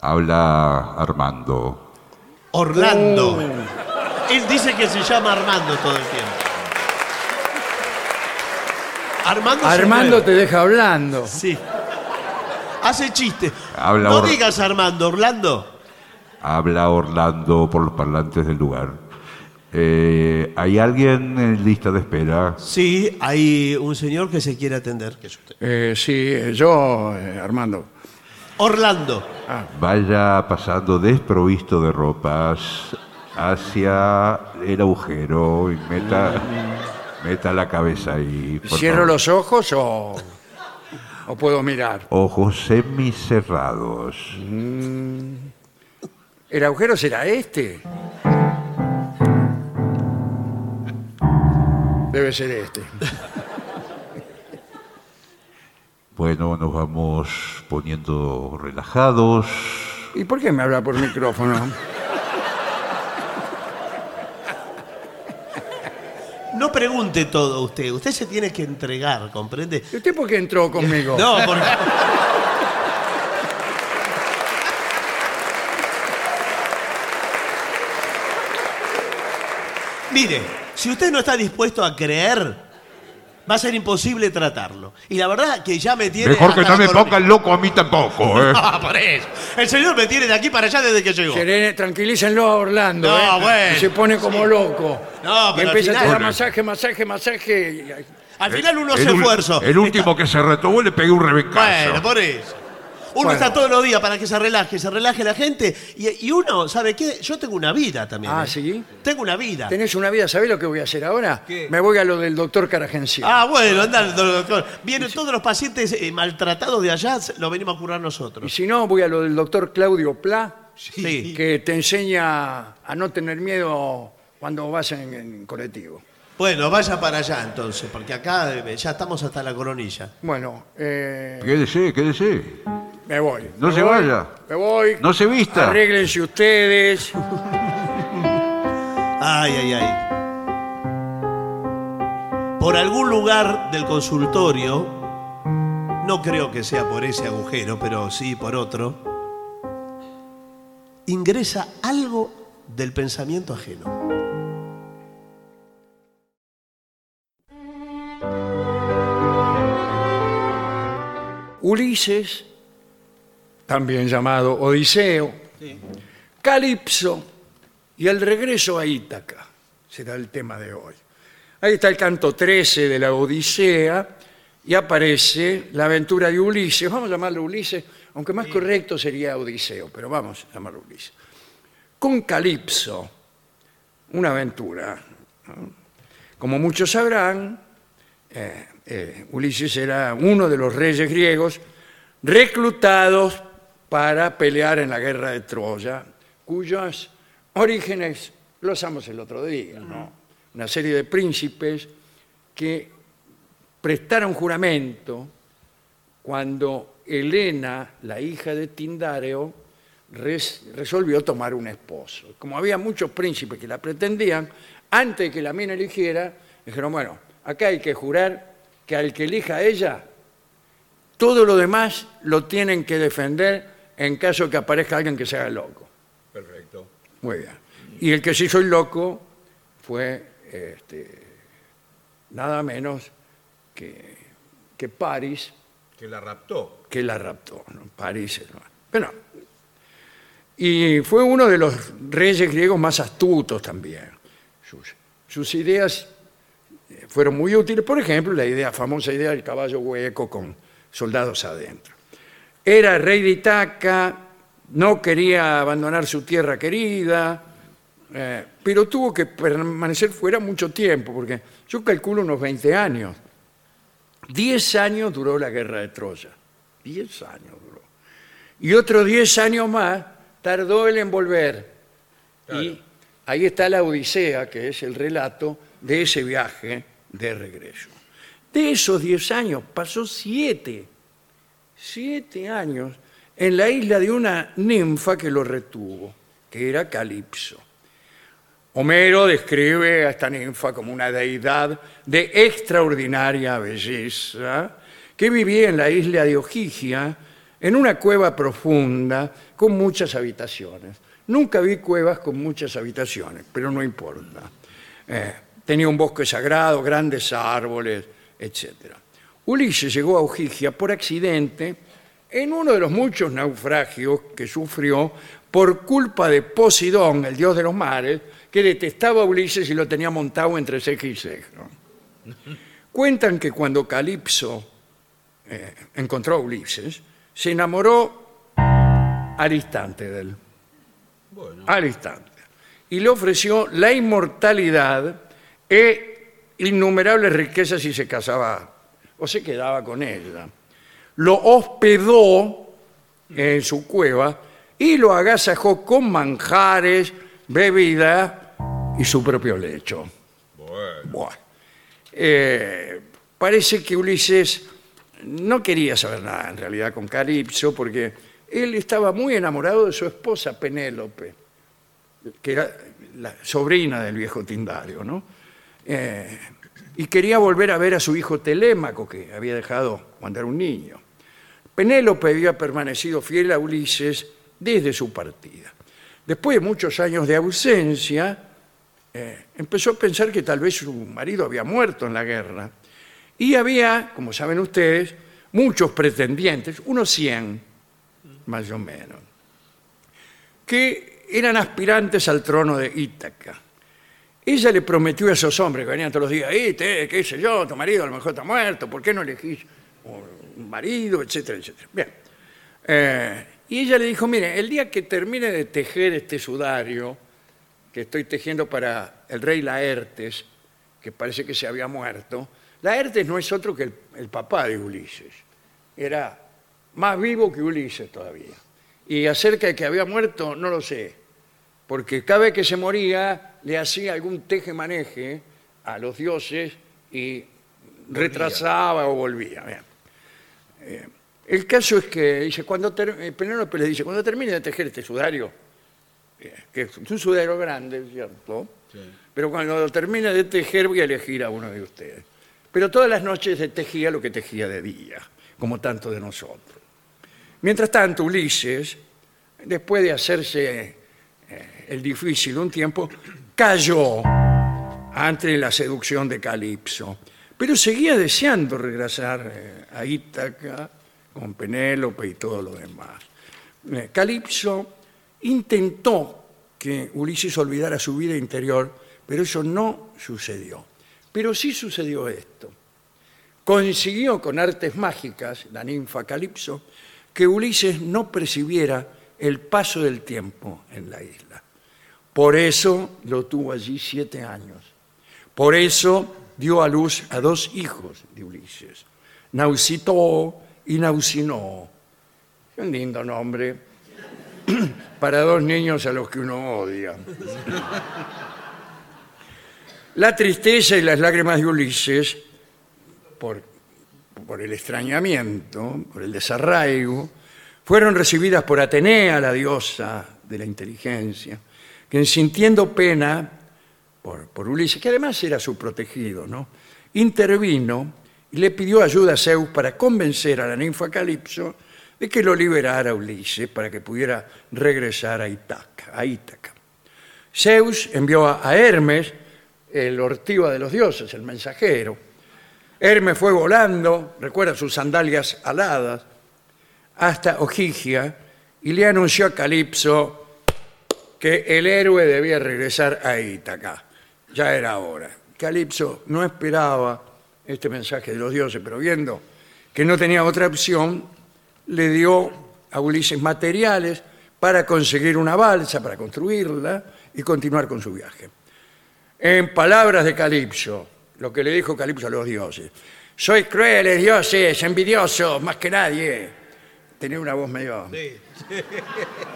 Speaker 5: Habla Armando.
Speaker 3: Orlando.
Speaker 2: Uh,
Speaker 3: Él dice que se llama Armando todo el tiempo. Armando. se
Speaker 2: Armando
Speaker 3: mueve.
Speaker 2: te deja hablando.
Speaker 3: Sí. Hace chiste.
Speaker 5: Habla
Speaker 3: no
Speaker 5: Or-
Speaker 3: digas Armando, Orlando.
Speaker 5: Habla Orlando por los parlantes del lugar. Eh, ¿Hay alguien en lista de espera?
Speaker 3: Sí, hay un señor que se quiere atender. que es usted.
Speaker 2: Eh, sí, eh, yo, eh, Armando.
Speaker 3: Orlando.
Speaker 5: Vaya pasando desprovisto de ropas hacia el agujero y meta, meta la cabeza ahí. por
Speaker 2: ¿Cierro
Speaker 5: favor.
Speaker 2: los ojos o, o puedo mirar?
Speaker 5: Ojos semicerrados.
Speaker 2: ¿El agujero será este? Debe ser este.
Speaker 5: Bueno, nos vamos poniendo relajados.
Speaker 2: ¿Y por qué me habla por micrófono?
Speaker 3: No pregunte todo usted. Usted se tiene que entregar, ¿comprende?
Speaker 2: ¿Y usted por qué entró conmigo?
Speaker 3: No, porque. Mire, si usted no está dispuesto a creer, va a ser imposible tratarlo. Y la verdad que ya me tiene.
Speaker 5: Mejor que
Speaker 3: hasta
Speaker 5: no me
Speaker 3: la colonia.
Speaker 5: pongan loco a mí tampoco, ¿eh?
Speaker 3: Ah, por eso. El señor me tiene de aquí para allá desde que llegó.
Speaker 2: Serene, tranquilícenlo a Orlando.
Speaker 3: No,
Speaker 2: ¿eh?
Speaker 3: bueno,
Speaker 2: Y se pone como loco.
Speaker 3: No,
Speaker 2: y
Speaker 3: pero al
Speaker 2: empieza a
Speaker 3: final-
Speaker 2: tirar masaje, masaje, masaje. y-
Speaker 3: Al final uno
Speaker 5: El
Speaker 3: se
Speaker 5: ul-
Speaker 3: esfuerza.
Speaker 5: El último que se retuvo le pegué un rebencazo.
Speaker 3: Bueno, por eso. Uno
Speaker 2: Bueno.
Speaker 3: está todos los días para que se relaje, se relaje la gente. Y, y uno, ¿sabe qué? Yo tengo una vida también.
Speaker 2: Ah,
Speaker 3: ¿eh?
Speaker 2: ¿sí?
Speaker 3: Tengo una vida.
Speaker 2: Tenés una vida, ¿sabés lo que voy a hacer ahora?
Speaker 4: ¿Qué?
Speaker 2: Me voy a lo del doctor Caragencia.
Speaker 3: Ah, bueno, anda, doctor. Vienen todos los pacientes eh, maltratados de allá, se- lo venimos a curar
Speaker 2: Y
Speaker 3: nosotros.
Speaker 2: si no, voy a lo del doctor Claudio Pla,
Speaker 3: Sí.
Speaker 2: que te enseña a no tener miedo cuando vas en, en colectivo.
Speaker 3: Bueno, vaya para allá entonces, porque acá eh, ya estamos hasta la coronilla.
Speaker 2: Bueno, eh,
Speaker 5: Quédese, quédese.
Speaker 2: me voy.
Speaker 5: No
Speaker 2: Me
Speaker 5: se
Speaker 2: voy,
Speaker 5: vaya.
Speaker 2: Me voy.
Speaker 5: No se vista.
Speaker 2: Arréglense ustedes.
Speaker 3: Ay, ay, ay. Por algún lugar del consultorio, no creo que sea por ese agujero, pero sí por otro, ingresa algo del pensamiento ajeno.
Speaker 2: Ulises, también llamado Odiseo, Calipso y el regreso a Ítaca será el tema de hoy. Ahí está el canto 13 de la Odisea y aparece la aventura de Ulises. Vamos a llamarlo Ulises, aunque más correcto sería Odiseo, pero vamos a llamarlo Ulises. Con Calipso, una aventura. ¿no? Como muchos sabrán, eh, eh, Ulises era uno de los reyes griegos reclutados para pelear en la guerra de Troya, cuyos orígenes los usamos el otro día, ¿no? Una serie de príncipes que prestaron juramento cuando Helena, la hija de Tindareo, res- resolvió tomar un esposo. Como había muchos príncipes que la pretendían, antes de que la mina eligiera, dijeron, bueno, acá hay que jurar que al que elija ella, todo lo demás lo tienen que defender en caso que aparezca alguien que se haga loco.
Speaker 4: Perfecto.
Speaker 2: Muy bien. Y el que se hizo el loco fue este, nada menos que, que París,
Speaker 4: Que la raptó.
Speaker 2: que la raptó. ¿no? París. ¿no? Bueno. Y fue uno de los reyes griegos más astutos también. Sus, sus ideas eh, fueron muy útiles. Por ejemplo, la idea, famosa idea del caballo hueco con soldados adentro. Era rey de Itaca, no quería abandonar su tierra querida, eh, pero tuvo que permanecer fuera mucho tiempo, porque yo calculo unos 20 años. 10 años duró la guerra de Troya. 10 años duró. Y otros 10 años más tardó él en volver. Y ahí está la Odisea, que es el relato de ese viaje de regreso. De esos 10 años pasó 7. 7 años en la isla de una ninfa que lo retuvo, que era Calipso. Homero describe a esta ninfa como una deidad de extraordinaria belleza que vivía en la isla de Ojigia, en una cueva profunda con muchas habitaciones. Nunca vi cuevas con muchas habitaciones, pero no importa. Eh, tenía un bosque sagrado, grandes árboles, etc. Ulises llegó a Ojigia por accidente en uno de los muchos naufragios que sufrió por culpa de Posidón, el dios de los mares, que detestaba a Ulises y lo tenía montado entre ceja y ceja. Cuentan que cuando Calipso eh, encontró a Ulises, se enamoró al instante de él. Al instante. Y le ofreció la inmortalidad e innumerables riquezas si se casaba o se quedaba con ella. Lo hospedó en su cueva y lo agasajó con manjares, bebida y su propio lecho. Bueno. Eh, parece que Ulises no quería saber nada en realidad con Calipso porque él estaba muy enamorado de su esposa Penélope, que era la sobrina del viejo Tindario, ¿no? Eh, y quería volver a ver a su hijo Telémaco, que había dejado cuando era un niño. Penélope había permanecido fiel a Ulises desde su partida. Después de muchos años de ausencia, eh, empezó a pensar que tal vez su marido había muerto en la guerra. Y había, como saben ustedes, muchos pretendientes, unos 100 más o menos, que eran aspirantes al trono de Ítaca. Ella le prometió a esos hombres que venían todos los días, "Eh, te, qué sé yo, tu marido a lo mejor está muerto, ¿por qué no elegís un marido, etcétera, etcétera? Bien. Eh, y ella le dijo, mire, el día que termine de tejer este sudario, que estoy tejiendo para el rey Laertes, que parece que se había muerto. Laertes no es otro que el, el papá de Ulises. Era más vivo que Ulises todavía. Y acerca de que había muerto, no lo sé. Porque cada vez que se moría, le hacía algún teje-maneje a los dioses y retrasaba o volvía. Bien. Eh, el caso es que, dice, cuando ter- eh, Penélope le dice, cuando termine de tejer este sudario, que es un sudero grande, ¿cierto? Pero cuando lo termine de tejer voy a elegir a uno de ustedes. Pero todas las noches se tejía lo que tejía de día, como tanto de nosotros. Mientras tanto, Ulises, después de hacerse eh, el difícil un tiempo, cayó ante la seducción de Calipso. Pero seguía deseando regresar eh, a Ítaca con Penélope y todo lo demás. Eh, Calipso intentó que Ulises olvidara su vida interior, pero eso no sucedió. Pero sí sucedió esto. Consiguió con artes mágicas, la ninfa Calipso, que Ulises no percibiera el paso del tiempo en la isla. Por eso lo tuvo allí siete años. Por eso dio a luz a dos hijos de Ulises, Nausitó y Nausinó. Un lindo nombre para dos niños a los que uno odia. La tristeza y las lágrimas de Ulises, por, por el extrañamiento, por el desarraigo, fueron recibidas por Atenea, la diosa de la inteligencia, quien sintiendo pena por, por Ulises, que además era su protegido, ¿no? intervino y le pidió ayuda a Zeus para convencer a la ninfa Calipso de que lo liberara a Ulises para que pudiera regresar a Ítaca. A Ítaca. Zeus envió a, a Hermes, el ortiva de los dioses, el mensajero. Hermes fue volando, recuerda sus sandalias aladas, hasta Ojigia y le anunció a Calipso que el héroe debía regresar a Ítaca. Ya era hora. Calipso no esperaba este mensaje de los dioses, pero viendo que no tenía otra opción, le dio a Ulises materiales para conseguir una balsa, para construirla y continuar con su viaje. En palabras de Calipso, lo que le dijo Calipso a los dioses, sois crueles dioses, envidiosos, más que nadie. Tenía una voz medio...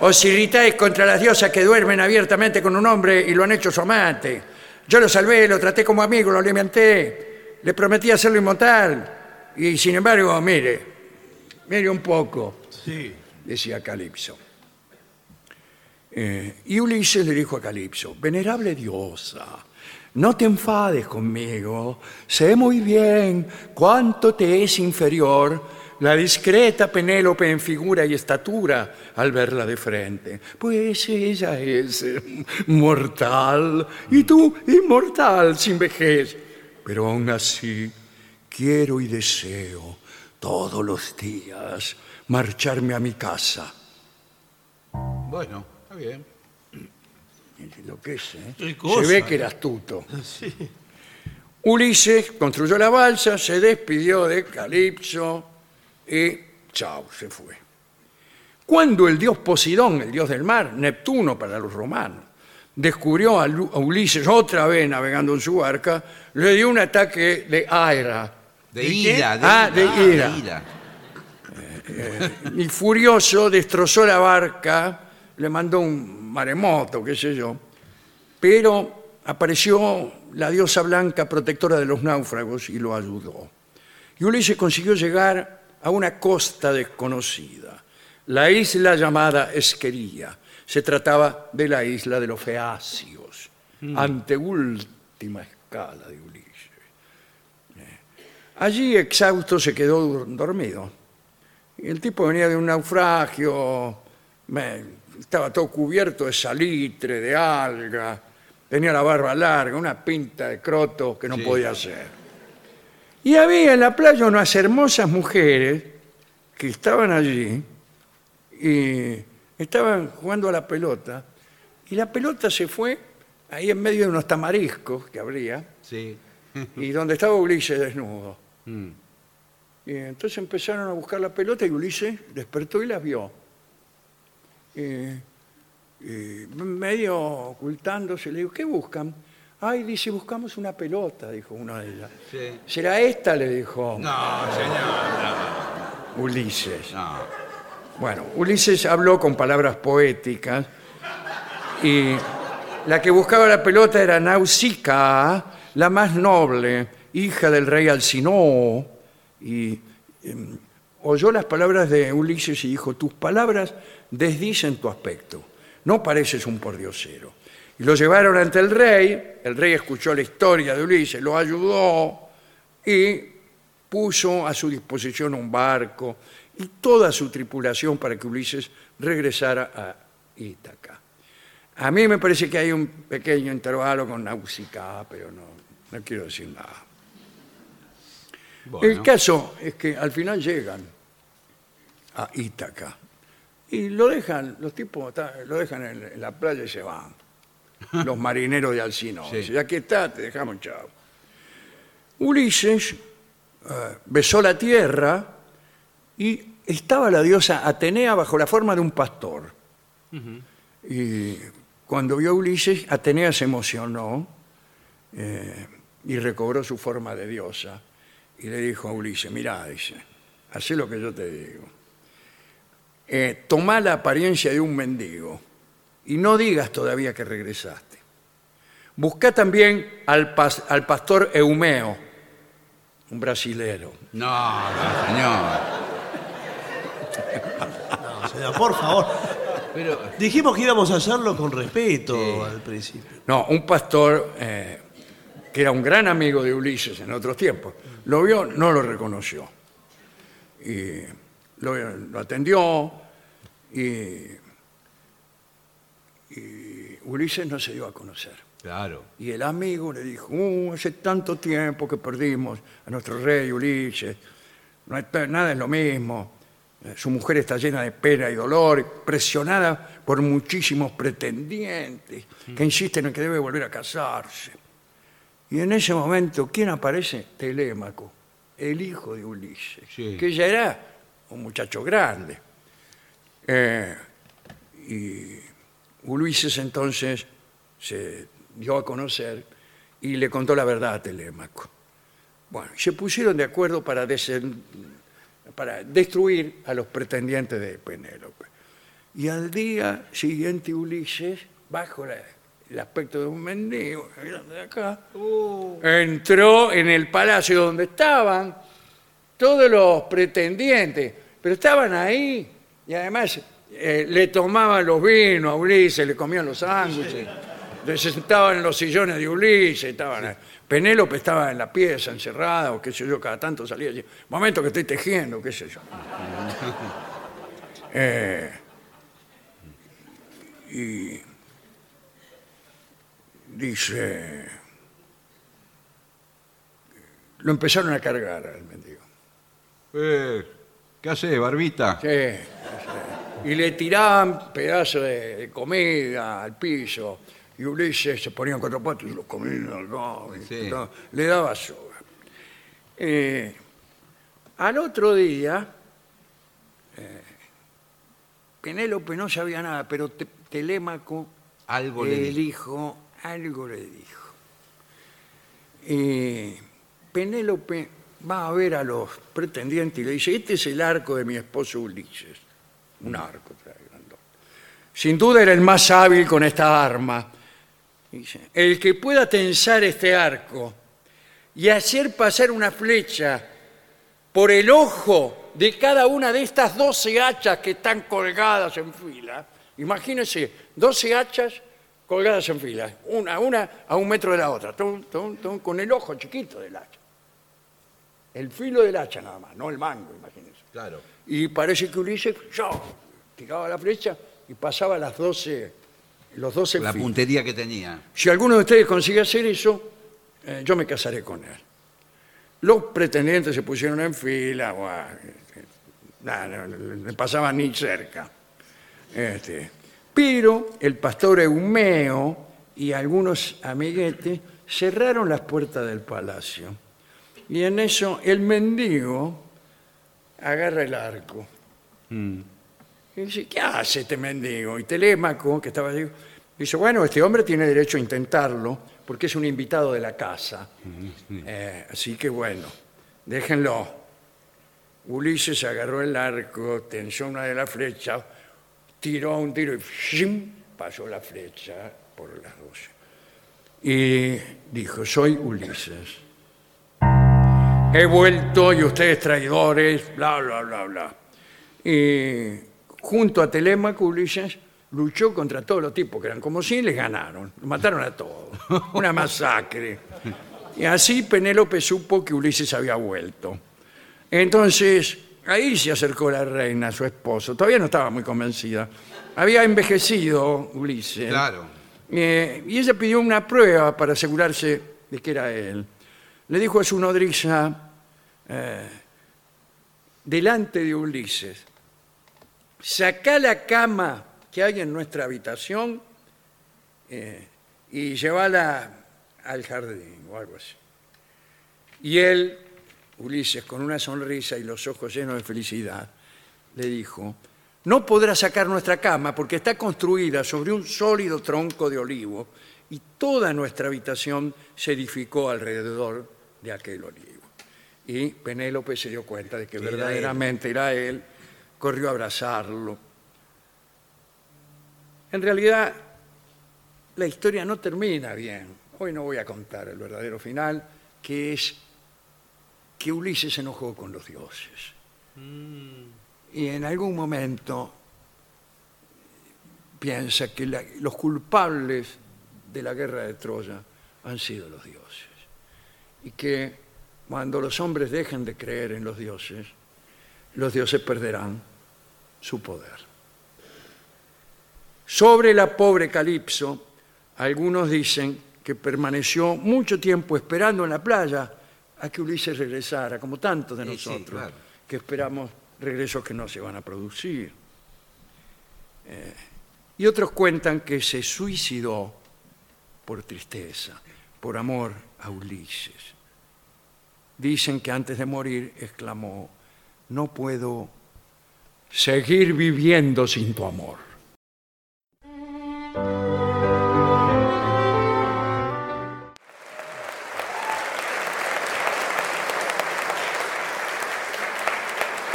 Speaker 2: Os irritáis contra las diosas que duermen abiertamente con un hombre y lo han hecho su amante. Yo lo salvé, lo traté como amigo, lo alimenté, le prometí hacerlo inmortal. Y sin embargo, mire, mire un poco,
Speaker 3: Sí.
Speaker 2: decía Calipso. Eh, y Ulises le dijo a Calipso, venerable diosa, no te enfades conmigo, sé muy bien cuánto te es inferior la discreta Penélope en figura y estatura al verla de frente, pues ella es eh, mortal y tú inmortal sin vejez, pero aún así quiero y deseo todos los días marcharme a mi casa.
Speaker 4: Bueno, está bien.
Speaker 2: Lo que es, ¿eh?
Speaker 3: Qué cosa.
Speaker 2: Se ve que era astuto. Ulises construyó la balsa, se despidió de Calipso y chao, se fue. Cuando el dios Posidón, el dios del mar, Neptuno para los romanos, descubrió a, Lu- a Ulises otra vez navegando en su barca, le dio un ataque de aira.
Speaker 4: De,
Speaker 3: ¿De qué?
Speaker 4: ira, de
Speaker 2: Ah, de ira.
Speaker 4: de ira.
Speaker 2: y furioso destrozó la barca, le mandó un maremoto, qué sé yo, pero apareció la diosa blanca protectora de los náufragos y lo ayudó. Y Ulises consiguió llegar a una costa desconocida, la isla llamada Esquería. Se trataba de la isla de los Feacios, anteúltima escala de Ulises. Eh, Allí, exhausto, se quedó dur- dormido. Y El tipo venía de un naufragio, me- estaba todo cubierto de salitre, de alga, tenía la barba larga, una pinta de croto que no podía hacer. Y había en la playa unas hermosas mujeres que estaban allí y estaban jugando a la pelota y la pelota se fue ahí en medio de unos tamariscos que habría
Speaker 4: Sí. Mm,
Speaker 2: y donde estaba Ulises desnudo. Y Eh, entonces empezaron a buscar la pelota y Ulises despertó y las vio. Eh, eh, medio ocultándose, le digo, ¿qué buscan? Ay, dice, buscamos una pelota, dijo una de ellas.
Speaker 4: Sí.
Speaker 2: ¿Será esta? le dijo
Speaker 4: No, señor.
Speaker 2: Ulises.
Speaker 4: No.
Speaker 2: Bueno, Ulises habló con palabras poéticas y la que buscaba la pelota era Nausica, la más noble, hija del rey Alcinoo, y em, oyó las palabras de Ulises y dijo, tus palabras desdicen tu aspecto, no pareces un pordiosero. Y lo llevaron ante el rey, el rey escuchó la historia de Ulises, lo ayudó y puso a su disposición un barco y toda su tripulación para que Ulises regresara a Ítaca. A mí me parece que hay un pequeño intervalo con Nausicaa, pero no, no quiero decir nada. El
Speaker 4: Bueno.
Speaker 2: caso es que al final llegan a Ítaca y lo dejan, los tipos ta- lo dejan en, en la playa y se van. Los marineros de Alcino.
Speaker 4: Sí.
Speaker 2: Ya que está, te dejamos chao. Ulises eh, besó la tierra y estaba la diosa Atenea bajo la forma de un pastor. Y cuando vio a Ulises, Atenea se emocionó eh, y recobró su forma de diosa. Y le dijo a Ulises, mirá, dice, hacé lo que yo te digo. Eh, tomá la apariencia de un mendigo y no digas todavía que regresaste. Busca también al, pas- al pastor Eumeo, un brasilero.
Speaker 4: No, no, señor.
Speaker 3: No, señor, por favor.
Speaker 4: Pero,
Speaker 3: Dijimos que íbamos a hacerlo con respeto al principio.
Speaker 2: No, un pastor eh, que era un gran amigo de Ulises en otros tiempos. Lo vio, no lo reconoció. Y lo, lo atendió y, y Ulises no se dio a conocer.
Speaker 4: claro.
Speaker 2: Y el amigo le dijo, "Uh, hace tanto tiempo que perdimos a nuestro rey Ulises, No está- nada es lo mismo, Eh, su mujer está llena de pena y dolor, presionada por muchísimos pretendientes que insisten en que debe volver a casarse. Y en ese momento, ¿quién aparece? Telémaco, el hijo de Ulises,
Speaker 4: Sí.
Speaker 2: que ya era un muchacho grande. Eh, y Ulises entonces se dio a conocer y le contó la verdad a Telémaco. Bueno, se pusieron de acuerdo para, desen- para destruir a los pretendientes de Penélope. Y al día siguiente Ulises, bajo la- el aspecto de un mendigo, mirando de acá, entró en el palacio donde estaban todos los pretendientes, pero estaban ahí y además eh, le tomaban los vinos a Ulises, le comían los sándwiches, le- se sentaban en los sillones de Ulises, estaban ahí. Penélope estaba en la pieza encerrada o qué sé yo, cada tanto salía allí, momento que estoy tejiendo, qué sé yo. Eh, y dice, lo empezaron a cargar al mendigo.
Speaker 5: Eh, ¿Qué hace, Barbita?
Speaker 2: Sí, sí. Y le tiraban pedazos de, de comida al piso. Y Ulises se ponía en cuatro patas y lo comía. no, y
Speaker 4: Sí.
Speaker 2: no, le daba soga. Eh, al otro día, eh, Penélope no sabía nada, pero Te- Telémaco
Speaker 4: Algo
Speaker 2: el
Speaker 4: le dijo.
Speaker 2: hijo algo le dijo. Y Penélope va a ver a los pretendientes y le dice, este es el arco de mi esposo Ulises. Un arco. trae, grandote. Sin duda era el más hábil con esta arma. Dice, el que pueda tensar este arco y hacer pasar una flecha por el ojo de cada una de estas 12 hachas que están colgadas en fila. Imagínense, 12 hachas colgadas en fila, una, una a un metro de la otra, tum, tum, tum, con el ojo chiquito del hacha. El filo del hacha nada más, no el mango, imagínense.
Speaker 4: Claro.
Speaker 2: Y parece que Ulises yo, tiraba la flecha y pasaba las 12, los 12
Speaker 4: La
Speaker 2: filos.
Speaker 4: puntería que tenía.
Speaker 2: Si alguno de ustedes consigue hacer eso, eh, yo me casaré con él. Los pretendientes se pusieron en fila, buah, este, nah, no, no, no pasaban ni cerca. Este, pero el pastor Eumeo y algunos amiguetes cerraron las puertas del palacio. Y en eso el mendigo agarra el arco. Y dice, ¿qué hace este mendigo? Y Telémaco, que estaba allí, dice, bueno, este hombre tiene derecho a intentarlo porque es un invitado de la casa. Eh, así que bueno, déjenlo. Ulises agarró el arco, tensó una de las flechas, tiró un tiro y ¡shim! pasó la flecha por las dos. Y dijo, soy Ulises. He vuelto y ustedes traidores, bla, bla, bla, bla. Y junto a Telémaco, Ulises luchó contra todos los tipos, que eran como 100, les ganaron, los mataron a todos. Una masacre. Y así Penélope supo que Ulises había vuelto. Entonces, ahí se acercó la reina, su esposo. Todavía no estaba muy convencida. Había envejecido Ulises.
Speaker 4: Claro.
Speaker 2: Eh, y ella pidió una prueba para asegurarse de que era él. Le dijo a su nodriza, eh, delante de Ulises, saca la cama que hay en nuestra habitación eh, y llévala al jardín o algo así. Y él, Ulises, con una sonrisa y los ojos llenos de felicidad, le dijo, no podrá sacar nuestra cama porque está construida sobre un sólido tronco de olivo y toda nuestra habitación se edificó alrededor de aquel olivo. Y Penélope se dio cuenta de que
Speaker 4: Era él.
Speaker 2: verdaderamente era él, corrió a abrazarlo. En realidad, la historia no termina bien. Hoy no voy a contar el verdadero final, que es que Ulises se enojó con los dioses. Y en algún momento piensa que la- los culpables de la guerra de Troya han sido los dioses. Y que cuando los hombres dejen de creer en los dioses, los dioses perderán su poder. Sobre la pobre Calipso, algunos dicen que permaneció mucho tiempo esperando en la playa a que Ulises regresara, como tantos de
Speaker 4: Sí, sí,
Speaker 2: nosotros,
Speaker 4: claro.
Speaker 2: que esperamos regresos que no se van a producir. Eh, y otros cuentan que se suicidó por tristeza, por amor a Ulises. Dicen que antes de morir exclamó, no puedo seguir viviendo sin tu amor.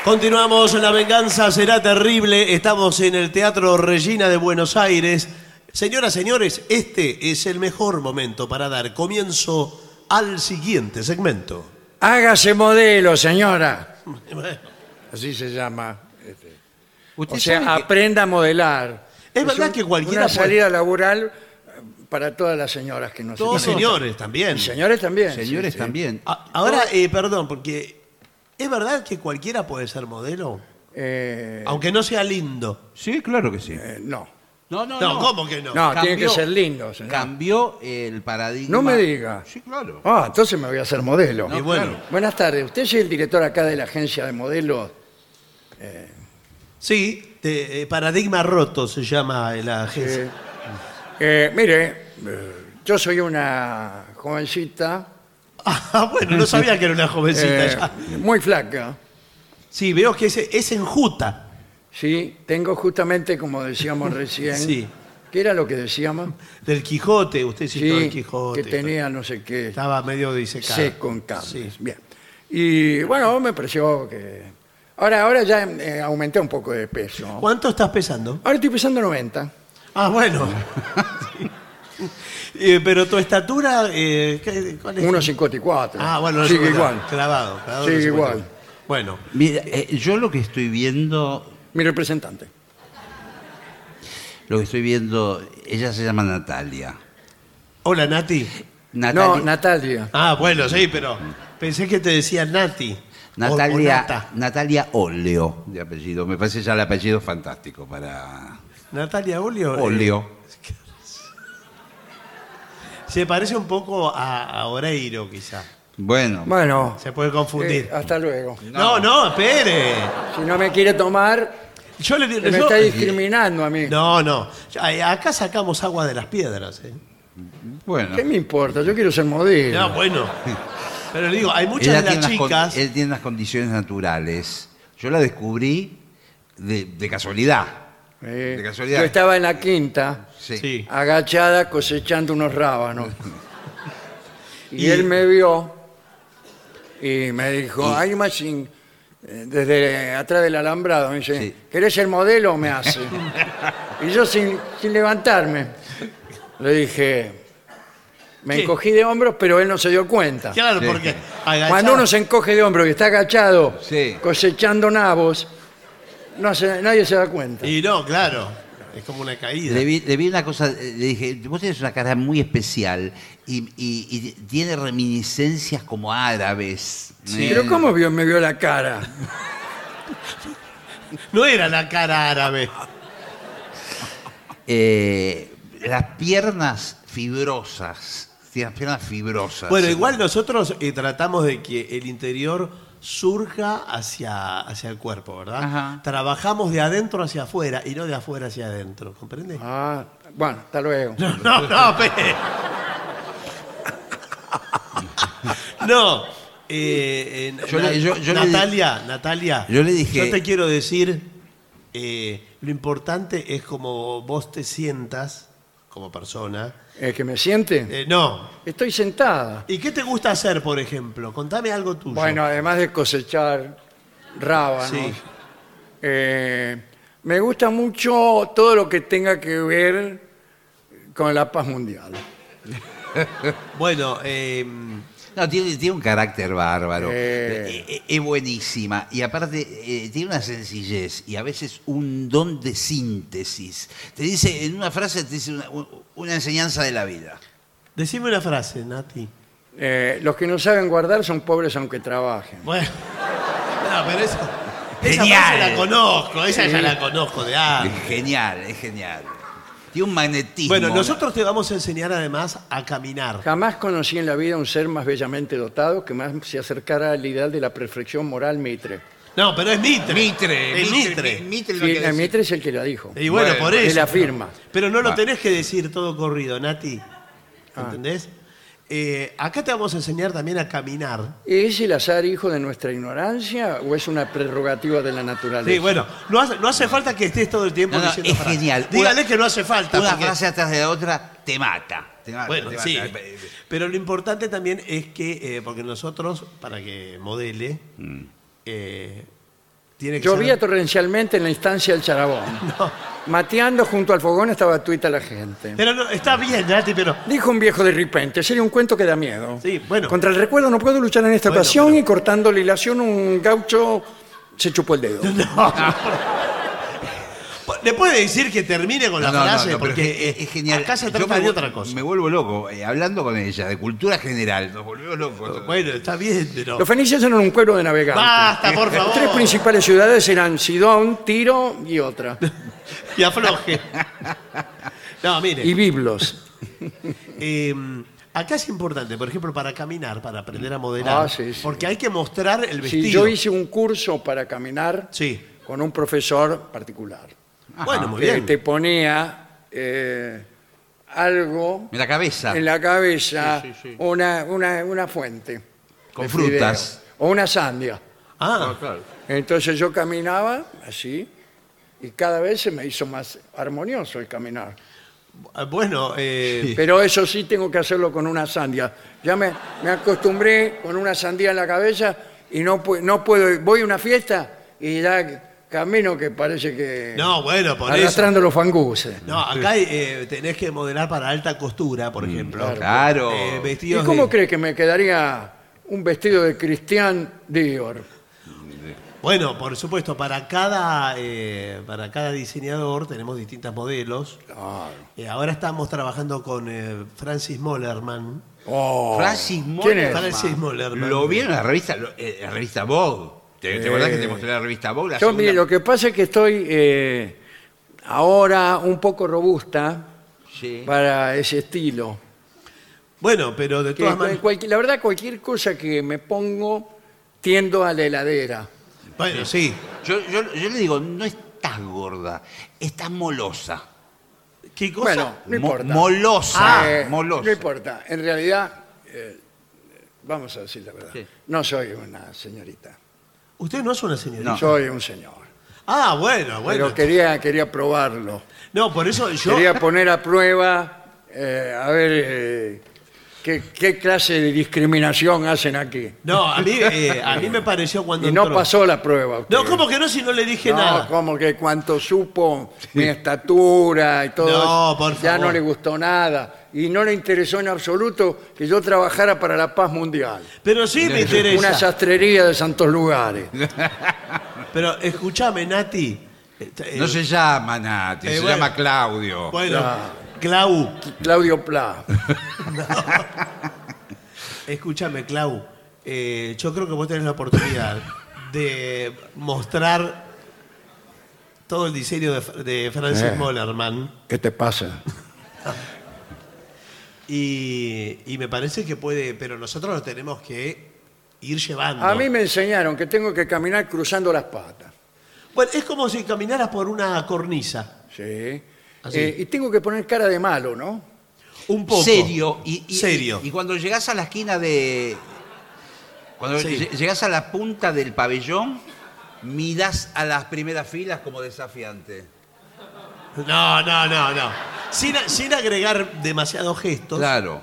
Speaker 3: Continuamos, la venganza será terrible. Estamos en el Teatro Regina de Buenos Aires. Señoras, señores, este es el mejor momento para dar comienzo al siguiente segmento.
Speaker 2: Hágase modelo, señora. Así se llama. este.
Speaker 4: Usted
Speaker 2: O sea, ah,
Speaker 4: sabe que-
Speaker 2: aprenda a modelar.
Speaker 3: Es verdad que cualquiera
Speaker 2: Una
Speaker 3: puede-
Speaker 2: salida laboral eh, para todas las señoras que nos
Speaker 3: Todos
Speaker 2: escuchan.
Speaker 3: señores también.
Speaker 2: Y señores también. sí,
Speaker 4: Señores
Speaker 2: sí.
Speaker 4: también.
Speaker 3: A- Ahora, eh, perdón, porque ¿es verdad que cualquiera puede ser modelo?
Speaker 2: Eh,
Speaker 3: Aunque no sea lindo.
Speaker 4: Sí, claro que sí.
Speaker 2: eh, no.
Speaker 4: No, no,
Speaker 3: No,
Speaker 4: no.
Speaker 3: ¿cómo que no?
Speaker 2: No, tiene
Speaker 4: Cambió-
Speaker 2: que ser lindo. señor.
Speaker 4: Cambió el paradigma.
Speaker 2: No me diga.
Speaker 4: Sí, claro.
Speaker 2: Ah, entonces me voy a hacer modelo.
Speaker 3: y bueno,
Speaker 4: claro.
Speaker 2: Buenas tardes. ¿Usted es el director acá de la agencia de modelos?
Speaker 3: sí, te- eh, paradigma roto se llama la
Speaker 2: Eh,
Speaker 3: agencia.
Speaker 2: eh, mire, eh, yo soy una jovencita,
Speaker 3: Ah, bueno, no sabía que era una jovencita.
Speaker 2: eh,
Speaker 3: ya.
Speaker 2: muy flaca,
Speaker 3: Sí, veo que es, es enjuta.
Speaker 2: ¿sí? Tengo justamente, como decíamos recién,
Speaker 3: Sí.
Speaker 2: ¿qué era lo que decíamos?
Speaker 3: Del Quijote, usted citó el Quijote.
Speaker 2: que tenía no sé qué,
Speaker 3: Estaba medio disecado.
Speaker 2: seco en cables.
Speaker 3: Sí.
Speaker 2: Bien. Y bueno, me pareció que... Ahora, ahora ya eh, aumenté un poco de peso.
Speaker 3: ¿Cuánto estás pesando?
Speaker 2: Ahora estoy pesando 90.
Speaker 3: Ah, bueno. Sí. Eh, pero tu estatura, eh, ¿qué- ¿cuál es?
Speaker 2: 1,54.
Speaker 3: Ah, bueno,
Speaker 2: Sigue
Speaker 3: bueno,
Speaker 2: igual.
Speaker 3: Clavado. clavado
Speaker 2: Sigue
Speaker 3: no se puede.
Speaker 2: igual.
Speaker 3: Bueno,
Speaker 4: Mira, eh, yo lo que estoy viendo,
Speaker 2: Mi representante.
Speaker 4: lo que estoy viendo, ella se llama Natalia.
Speaker 3: hola Nati.
Speaker 4: Natalia.
Speaker 2: No, Natalia.
Speaker 3: Ah, bueno, sí, pero pensé que te decía Nati. O- o
Speaker 4: Natalia,
Speaker 3: Nata.
Speaker 4: Natalia Oleo, de apellido. Me parece ya el apellido fantástico para.
Speaker 3: Natalia Olio. eh,
Speaker 4: Oleo.
Speaker 3: se parece un poco a, a Oreiro, quizá.
Speaker 4: Bueno,
Speaker 2: Bueno,
Speaker 3: Se puede
Speaker 2: eh,
Speaker 3: confundir.
Speaker 2: hasta luego.
Speaker 3: no. no, espere.
Speaker 2: Si no me quiere tomar,
Speaker 3: Yo le
Speaker 2: me
Speaker 3: yo-
Speaker 2: está discriminando a mí.
Speaker 3: No, no. Ay, Acá sacamos agua de las piedras. ¿eh?
Speaker 4: bueno.
Speaker 2: ¿Qué me importa? Yo quiero ser modelo.
Speaker 3: No, bueno. Pero digo, hay
Speaker 4: Ella
Speaker 3: muchas de las
Speaker 4: tiene unas con-
Speaker 3: chicas.
Speaker 4: él tiene unas condiciones naturales. Yo la descubrí de, de casualidad.
Speaker 2: Eh,
Speaker 4: De casualidad.
Speaker 2: yo estaba en la quinta,
Speaker 4: Sí.
Speaker 3: Sí.
Speaker 2: agachada, cosechando unos rábanos. Y,
Speaker 3: Y-
Speaker 2: él me vio y me dijo, hay más sin-", eh, desde atrás del alambrado. Me dice,
Speaker 4: Sí.
Speaker 2: ¿querés el modelo o me hace? y yo sin, sin levantarme le dije, me
Speaker 3: ¿Qué?
Speaker 2: encogí de hombros, pero él no se dio cuenta.
Speaker 3: Claro,
Speaker 4: Sí.
Speaker 3: porque agachada-
Speaker 2: Cuando uno se encoge de hombro y está agachado,
Speaker 4: Sí.
Speaker 2: cosechando nabos, no se- nadie se da cuenta.
Speaker 3: Y no, claro. Es como una caída.
Speaker 4: Le vi, le vi una cosa, eh, le dije, vos tenés una cara muy especial y, y- y tiene reminiscencias como árabes. Eh,
Speaker 2: Pero ¿cómo vio, me vio la cara?
Speaker 3: No era la cara árabe.
Speaker 4: Ah, eh, las piernas fibrosas. Tiene las piernas fibrosas.
Speaker 3: Bueno, igual nosotros eh, tratamos de que el interior surja hacia, hacia el cuerpo, ¿verdad?
Speaker 4: Ajá.
Speaker 3: Trabajamos de adentro hacia afuera y no de afuera hacia adentro, ¿comprende?
Speaker 2: Ah, bueno, hasta luego.
Speaker 3: No, no, pe- No. eh, eh,
Speaker 4: Yo le- yo- yo le di-
Speaker 3: Natalia, Natalia.
Speaker 4: Yo le dije-
Speaker 3: Yo te quiero decir, eh, lo importante es como vos te sientas como persona.
Speaker 2: Eh, ¿Que me siente?
Speaker 3: Eh, no.
Speaker 2: Estoy sentada.
Speaker 3: ¿Y qué te gusta hacer, por ejemplo? Contame algo tuyo.
Speaker 2: Bueno, además de cosechar rábanos,
Speaker 3: Sí.
Speaker 2: eh, me gusta mucho todo lo que tenga que ver con la paz mundial.
Speaker 3: Bueno, eh,
Speaker 4: No, tiene, tiene un carácter bárbaro.
Speaker 2: Eh.
Speaker 4: Eh, eh, Es buenísima. Y aparte, eh, tiene una sencillez y a veces un don de síntesis. Te dice, en una frase, te dice una, u- una enseñanza de la vida.
Speaker 3: decime una frase, Nati.
Speaker 2: Eh, los que no saben guardar son pobres aunque trabajen.
Speaker 3: Bueno, no, pero eso. Esa
Speaker 4: Genial.
Speaker 3: frase la conozco, esa ya la conozco de antes.
Speaker 4: Es genial, es genial. Tiene un magnetismo.
Speaker 3: Bueno, nosotros te vamos a enseñar además a caminar.
Speaker 2: Jamás conocí en la vida un ser más bellamente dotado que más se acercara al ideal de la perfección moral Mitre.
Speaker 3: No, pero es Mitre.
Speaker 4: Mitre,
Speaker 3: Es
Speaker 4: Mitre,
Speaker 3: Mitre.
Speaker 4: Mitre, lo
Speaker 2: Sí,
Speaker 4: que
Speaker 2: eh,
Speaker 4: decía.
Speaker 2: Mitre es el que la dijo.
Speaker 3: Y bueno,
Speaker 4: Bueno,
Speaker 3: por
Speaker 2: él
Speaker 3: eso.
Speaker 2: la firma.
Speaker 3: Pero no lo
Speaker 4: Va.
Speaker 3: tenés que decir todo corrido, Nati.
Speaker 4: Ah.
Speaker 3: ¿Entendés? Eh, acá te vamos a enseñar también a caminar.
Speaker 2: ¿Es el azar hijo de nuestra ignorancia o es una prerrogativa de la naturaleza?
Speaker 3: Sí, bueno, no hace, no hace falta que estés todo el tiempo
Speaker 4: No, no,
Speaker 3: diciendo
Speaker 4: es
Speaker 3: frases.
Speaker 4: genial.
Speaker 3: Dígale
Speaker 4: Una-
Speaker 3: que no hace falta.
Speaker 4: Una
Speaker 3: porque-
Speaker 4: frase atrás de la otra te mata. Te mata,
Speaker 3: Bueno,
Speaker 4: te mata.
Speaker 3: sí.
Speaker 4: Eh, eh,
Speaker 3: Pero lo importante también es que, eh, porque nosotros, para que modele,
Speaker 4: Mm.
Speaker 3: eh, tiene que
Speaker 2: Llovía
Speaker 3: ser-
Speaker 2: torrencialmente en la instancia del Charabón. Mateando junto al fogón estaba tuita la gente.
Speaker 3: Pero no, está bien, Nati, pero
Speaker 2: Dijo un viejo de repente, sería un cuento que da miedo.
Speaker 3: Sí, bueno.
Speaker 2: Contra el recuerdo no puedo luchar en esta
Speaker 3: Bueno,
Speaker 2: pasión
Speaker 3: pero-
Speaker 2: y cortando la hilación un gaucho se chupó el dedo.
Speaker 3: le puede decir que termine con la
Speaker 4: No, no,
Speaker 3: frase,
Speaker 4: no, pero
Speaker 3: porque
Speaker 4: es, es genial.
Speaker 3: acá se
Speaker 4: Yo
Speaker 3: trata
Speaker 4: me
Speaker 3: de
Speaker 4: vu-
Speaker 3: otra cosa.
Speaker 4: Me vuelvo loco, eh, hablando con ella, de cultura general, nos volvemos locos.
Speaker 3: Bueno, está bien, pero...
Speaker 2: Los fenicios eran un pueblo de navegantes.
Speaker 3: Basta, por favor.
Speaker 2: Tres principales ciudades eran Sidón, Tiro y otra.
Speaker 3: Y afloje. No, mire.
Speaker 2: Y Biblos.
Speaker 3: Eh, acá es importante, por ejemplo, para caminar, para aprender a modelar.
Speaker 2: Ah, sí, sí.
Speaker 3: Porque hay que mostrar el vestido.
Speaker 2: Sí, yo hice un curso para caminar
Speaker 3: Sí.
Speaker 2: con un profesor particular.
Speaker 4: Ah,
Speaker 3: Bueno, muy
Speaker 2: que
Speaker 3: bien.
Speaker 2: Eh, te ponía eh, algo
Speaker 4: En la cabeza.
Speaker 2: en la cabeza, Una, una- una fuente.
Speaker 4: Con
Speaker 2: de
Speaker 4: frutas.
Speaker 2: fideo, o una sandia.
Speaker 3: Ah,
Speaker 2: Entonces yo caminaba así y cada vez se me hizo más armonioso el caminar.
Speaker 3: bueno, eh,
Speaker 2: Pero eso sí tengo que hacerlo con una sandía. Ya me, me acostumbré con una sandía en la cabeza y no, pu- no puedo ir. Voy a una fiesta y ya camino que parece que...
Speaker 3: No, bueno, por
Speaker 2: arrastrando los fanguses.
Speaker 3: eso. No, acá eh, tenés que modelar para alta costura, por ejemplo.
Speaker 4: Mm, Claro.
Speaker 3: Eh,
Speaker 2: ¿Y
Speaker 3: vestidos
Speaker 2: cómo
Speaker 3: de-
Speaker 2: cree que me quedaría un vestido de Cristian Dior?
Speaker 3: Bueno, por supuesto, para cada, eh, para cada diseñador tenemos distintos modelos. Eh, ahora estamos trabajando con eh, Francis Mollerman.
Speaker 2: Oh.
Speaker 4: Francis
Speaker 2: ¿Quién
Speaker 4: Mollerman.
Speaker 2: es?
Speaker 3: Francis Mollerman.
Speaker 4: Lo vi en la revista, lo- eh, la revista Vogue. ¿Te, te acordás que te mostré la revista Vogue? La
Speaker 2: Yo,
Speaker 4: segunda-
Speaker 2: mire, lo que pasa es que estoy eh, ahora un poco robusta
Speaker 4: Sí.
Speaker 2: para ese estilo.
Speaker 3: Bueno, pero de
Speaker 2: Que
Speaker 3: todas
Speaker 2: cual-
Speaker 3: maneras...
Speaker 2: cualquier- la verdad, cualquier cosa que me pongo tiendo a la heladera.
Speaker 3: Bueno, sí.
Speaker 4: Yo, yo- yo le digo, no estás gorda, estás molosa.
Speaker 3: ¿Qué cosa?
Speaker 2: Bueno, no
Speaker 4: Mo-
Speaker 2: importa.
Speaker 4: molosa.
Speaker 2: Eh,
Speaker 4: molosa.
Speaker 2: No importa. En realidad, eh, vamos a decir la verdad. No soy una señorita.
Speaker 3: Usted no es una señorita.
Speaker 4: No.
Speaker 2: Soy un señor.
Speaker 3: Ah, bueno, bueno.
Speaker 2: Pero quería, quería probarlo.
Speaker 3: No, por eso yo...
Speaker 2: Quería poner a prueba, eh, a ver, eh, qué, qué clase de discriminación hacen aquí.
Speaker 3: No, a mí, eh, a mí me pareció cuando
Speaker 2: Y no
Speaker 3: entró.
Speaker 2: pasó la prueba. usted.
Speaker 3: No, ¿cómo que no si no le dije
Speaker 2: No,
Speaker 3: nada?
Speaker 2: como que cuanto supo mi estatura y todo
Speaker 3: No,
Speaker 2: eso,
Speaker 3: por
Speaker 2: ya no
Speaker 3: favor.
Speaker 2: le gustó nada. Y no le interesó en absoluto que yo trabajara para la paz mundial.
Speaker 3: Pero sí me interesa.
Speaker 2: Una sastrería de santos lugares.
Speaker 3: Pero escúchame, Nati, Eh,
Speaker 4: No se llama Nati,
Speaker 3: eh,
Speaker 4: se
Speaker 3: bueno.
Speaker 4: llama Claudio.
Speaker 3: Bueno, Clau,
Speaker 2: Claudio Pla.
Speaker 3: escúchame, Clau. eh, yo creo que vos tenés la oportunidad de mostrar todo el diseño de, de Francis
Speaker 2: Eh.
Speaker 3: Mollerman
Speaker 2: ¿Qué te pasa?
Speaker 3: y, y me parece que puede, pero nosotros lo tenemos que ir llevando.
Speaker 2: A mí me enseñaron que tengo que caminar cruzando las patas.
Speaker 3: Bueno, es como si caminaras por una cornisa,
Speaker 2: Sí.
Speaker 4: Ah,
Speaker 3: Así.
Speaker 2: Eh, y tengo que poner cara de malo, ¿no?
Speaker 3: un poco.
Speaker 4: Serio. Y, y-
Speaker 3: Serio.
Speaker 4: Y, cuando llegás a la esquina de. Cuando
Speaker 3: Sí.
Speaker 4: lle- llegás a la punta del pabellón, mirás a las primeras filas como desafiante.
Speaker 3: No, no, no, no. Sin, sin agregar demasiados gestos.
Speaker 4: Claro.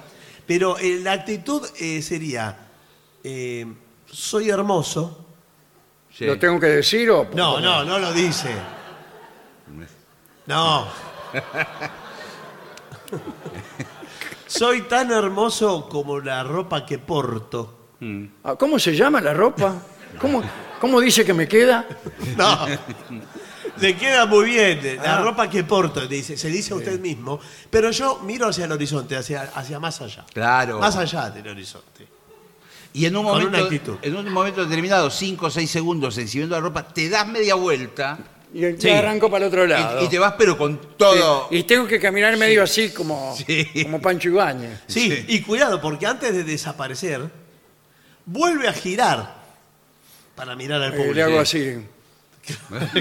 Speaker 3: Pero eh, la actitud eh, sería, eh, soy hermoso.
Speaker 4: sí.
Speaker 2: ¿Lo tengo que decir o...?
Speaker 3: No, no, no lo dice. No. soy tan hermoso como la ropa que porto.
Speaker 2: Ah, ¿Cómo se llama la ropa? ¿Cómo, cómo dice que me queda?
Speaker 3: No. Le queda muy bien la
Speaker 2: Ah.
Speaker 3: ropa que porto, dice, se dice a usted mismo. Pero yo miro hacia el horizonte, hacia, hacia más allá.
Speaker 4: Claro.
Speaker 3: Más allá del horizonte.
Speaker 4: Y en un
Speaker 3: Con una
Speaker 4: momento,
Speaker 3: actitud.
Speaker 4: en un momento determinado, 5 o 6 segundos exhibiendo la ropa, te das media vuelta
Speaker 2: Y el-
Speaker 3: Sí.
Speaker 2: ya arranco para el otro lado.
Speaker 4: y, y te vas, pero con todo.
Speaker 2: Y tengo que caminar medio así como,
Speaker 4: Sí.
Speaker 2: como Pancho Ibáñez.
Speaker 3: Sí, y cuidado, porque antes de desaparecer, vuelve a girar para mirar al
Speaker 2: Eh, le hago
Speaker 3: público.
Speaker 2: así.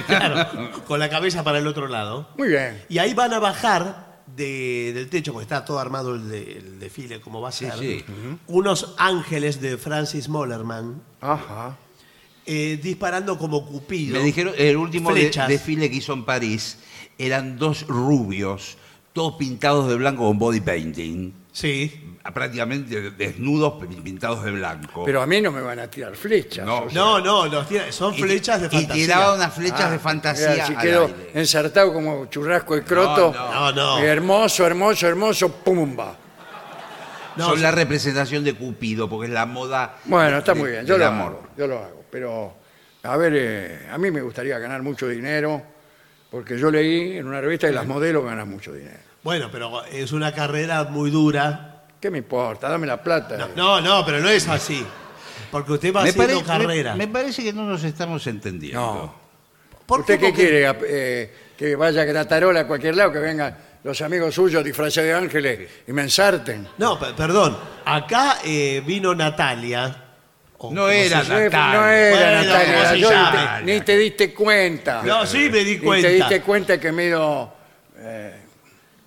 Speaker 3: Claro, con la cabeza para el otro lado.
Speaker 2: Muy bien.
Speaker 3: Y ahí van a bajar de- del techo, porque está todo armado el, de- el desfile, como va a ser.
Speaker 4: sí.
Speaker 3: Unos ángeles de Francis Mollerman
Speaker 2: Ajá.
Speaker 3: eh, disparando como Cupido.
Speaker 4: Me dijeron, el último de-
Speaker 3: Flechas.
Speaker 4: desfile que hizo en París eran dos rubios, todos pintados de blanco con body painting.
Speaker 3: Sí.
Speaker 4: prácticamente desnudos pintados de blanco.
Speaker 2: Pero a mí no me van a tirar flechas.
Speaker 4: No.
Speaker 2: o sea,
Speaker 3: No, no, los tira- son flechas de
Speaker 4: y
Speaker 3: fantasía.
Speaker 4: tiraba unas flechas
Speaker 2: ah,
Speaker 4: de fantasía.
Speaker 2: mira, Si
Speaker 4: al
Speaker 2: quedo
Speaker 4: aire.
Speaker 2: ensartado como churrasco de croto.
Speaker 3: No, no.
Speaker 2: eh, Hermoso, hermoso, hermoso, pumba.
Speaker 3: No,
Speaker 4: Son
Speaker 3: sí.
Speaker 4: la representación de Cupido, porque es la moda.
Speaker 2: Bueno, está
Speaker 4: de-
Speaker 2: muy bien, yo
Speaker 4: del
Speaker 2: lo
Speaker 4: amor.
Speaker 2: hago, yo lo hago. Pero, a ver, eh, a mí me gustaría ganar mucho dinero, porque yo leí en una revista que las modelos ganan mucho dinero.
Speaker 3: Bueno, pero es una carrera muy dura.
Speaker 2: ¿Qué me importa? Dame la plata.
Speaker 3: No,
Speaker 2: eh.
Speaker 3: no, no, pero no es así. Porque usted va
Speaker 4: Me,
Speaker 3: haciendo
Speaker 4: pare-
Speaker 3: carrera.
Speaker 4: me- me parece que no nos estamos entendiendo.
Speaker 2: No.
Speaker 3: ¿Por
Speaker 2: ¿Usted qué
Speaker 3: Porque-
Speaker 2: quiere? ap- eh, que vaya a Gratarola a cualquier lado, que vengan los amigos suyos disfrazados de ángeles y me ensarten.
Speaker 3: No, pe- perdón. Acá eh, vino Natalia. O-
Speaker 4: No
Speaker 3: como se
Speaker 4: era
Speaker 3: llame.
Speaker 2: No era
Speaker 3: Bueno,
Speaker 2: Natalia,
Speaker 3: ¿cómo se
Speaker 2: yo ni te-
Speaker 3: llama?
Speaker 2: ni te diste cuenta.
Speaker 3: No, sí me di
Speaker 2: Ni te diste
Speaker 3: cuenta.
Speaker 2: cuenta que medio...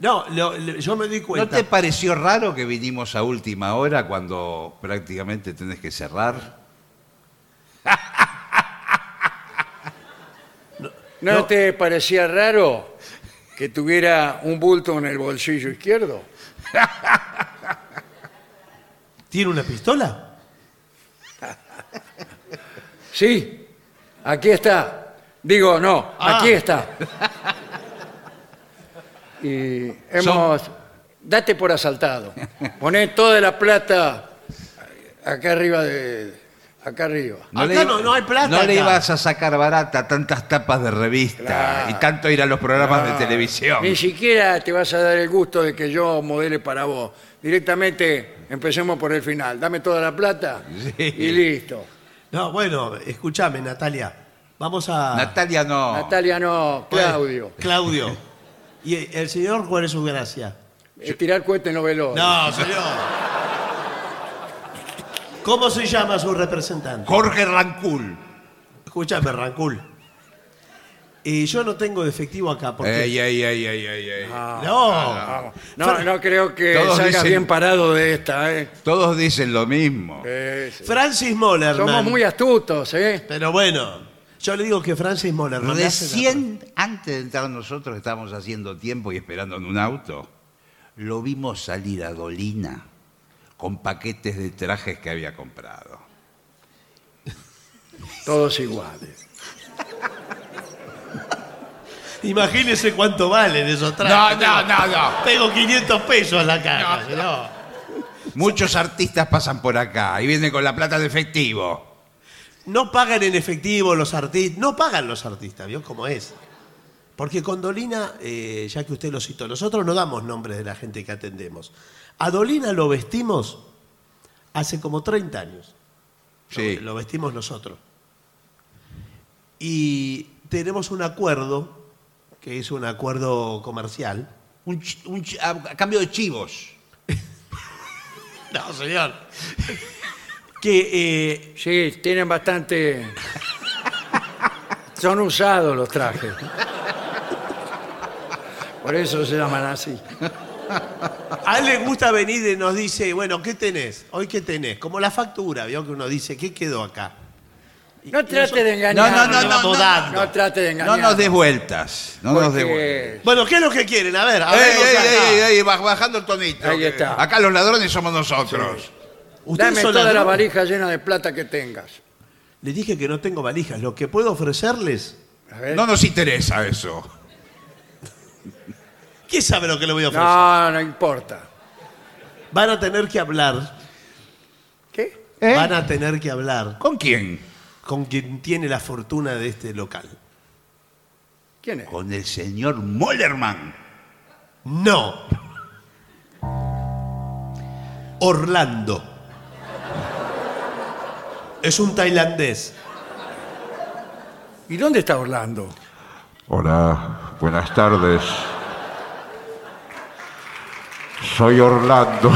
Speaker 3: No, lo- lo- yo me di
Speaker 4: ¿No
Speaker 3: cuenta.
Speaker 4: te pareció raro que vinimos a última hora cuando prácticamente tenés que cerrar?
Speaker 2: ¿No,
Speaker 3: No.
Speaker 2: te parecía raro que tuviera un bulto en el bolsillo izquierdo?
Speaker 3: ¿Tiene una pistola?
Speaker 2: Sí, aquí está. Digo, no,
Speaker 3: Ah.
Speaker 2: aquí está. Y hemos... Date por asaltado. Poné toda la plata acá arriba de... Acá arriba.
Speaker 3: Acá no- no hay plata
Speaker 4: No le
Speaker 3: acá.
Speaker 4: ibas a sacar barata tantas tapas de revista
Speaker 2: Claro.
Speaker 4: y tanto ir a los programas
Speaker 2: Ah,
Speaker 4: de televisión.
Speaker 2: Ni siquiera te vas a dar el gusto de que yo modele para vos. Directamente empecemos por el final. Dame toda la plata y listo.
Speaker 3: No, bueno, escúchame, Natalia. Vamos a.
Speaker 4: Natalia no.
Speaker 2: Natalia no,
Speaker 3: Bueno,
Speaker 2: Claudio.
Speaker 3: Claudio. ¿Y el señor cuál es su gracia?
Speaker 2: Eh, Tirar cohete no veloz.
Speaker 3: No, señor. ¿Cómo se llama su representante?
Speaker 4: Jorge Rancul.
Speaker 3: Escúchame, Rancul. Y yo no tengo efectivo acá porque.
Speaker 4: Ey, ey, ey, ey, ey, ey.
Speaker 3: Ah. no.
Speaker 2: Vamos. No, no creo que
Speaker 4: Todos
Speaker 2: salgas
Speaker 4: dicen-
Speaker 2: bien parado de esta, ¿eh?
Speaker 4: Todos dicen lo mismo.
Speaker 2: Eh, sí.
Speaker 3: Francis Moller.
Speaker 2: Somos muy astutos, ¿eh?
Speaker 3: Pero bueno, yo le digo que Francis Moller.
Speaker 4: Recién,
Speaker 3: pues.
Speaker 4: antes de entrar nosotros, estábamos haciendo tiempo y esperando en un auto. Lo vimos salir a Dolina con paquetes de trajes que había comprado.
Speaker 2: Todos iguales.
Speaker 3: Imagínese cuánto valen esos trajes.
Speaker 4: No, no, no, no.
Speaker 3: Tengo 500 pesos en la caja. No.
Speaker 4: Muchos artistas pasan por acá y vienen con la plata de efectivo.
Speaker 3: No pagan en efectivo los artistas. No pagan los artistas, ¿vio cómo es? Porque con Dolina, eh, ya que usted lo citó, nosotros no damos nombres de la gente que atendemos. A Dolina lo vestimos hace como 30 años. Lo-
Speaker 4: Sí.
Speaker 3: Lo, vestimos nosotros. Y tenemos un acuerdo, que es un acuerdo comercial.
Speaker 4: Un chi- un chi- a, a cambio de chivos.
Speaker 3: No, señor. que eh,
Speaker 2: Sí, tienen bastante... Son usados los trajes. Por eso se llaman así.
Speaker 3: A él le gusta venir y nos dice, bueno, ¿qué tenés? Hoy qué tenés? Como la factura, vio que uno dice, ¿qué quedó acá?
Speaker 2: No trate de
Speaker 4: No,
Speaker 2: engañar.
Speaker 4: no, no,
Speaker 3: le
Speaker 4: no,
Speaker 3: vamos
Speaker 4: no.
Speaker 3: dando.
Speaker 2: No trate de
Speaker 4: No
Speaker 2: engañar.
Speaker 4: nos des vueltas. No nos des vueltas.
Speaker 3: Bueno, ¿qué es lo que quieren? A ver, a
Speaker 4: Ey,
Speaker 3: ver.
Speaker 4: ey, ey, ey, baj- bajando el tonito.
Speaker 2: Ahí
Speaker 4: que
Speaker 2: está.
Speaker 4: Acá los ladrones somos nosotros.
Speaker 2: Dame toda la valija llena de plata que tengas.
Speaker 3: Les dije que no tengo valijas. Lo que puedo ofrecerles,
Speaker 2: A ver.
Speaker 4: No nos interesa eso.
Speaker 3: ¿quién sabe lo que le voy a ofrecer?
Speaker 2: No, no importa.
Speaker 3: Van a tener que hablar,
Speaker 2: ¿Qué?
Speaker 4: ¿Eh?
Speaker 3: van a tener que hablar
Speaker 4: ¿Con quién?
Speaker 3: con quien tiene la fortuna de este local.
Speaker 2: ¿Quién es?
Speaker 4: Con el señor Mollerman.
Speaker 3: No. Orlando. Es un tailandés.
Speaker 2: ¿Y dónde está Orlando?
Speaker 5: Hola, buenas tardes. Soy Orlando.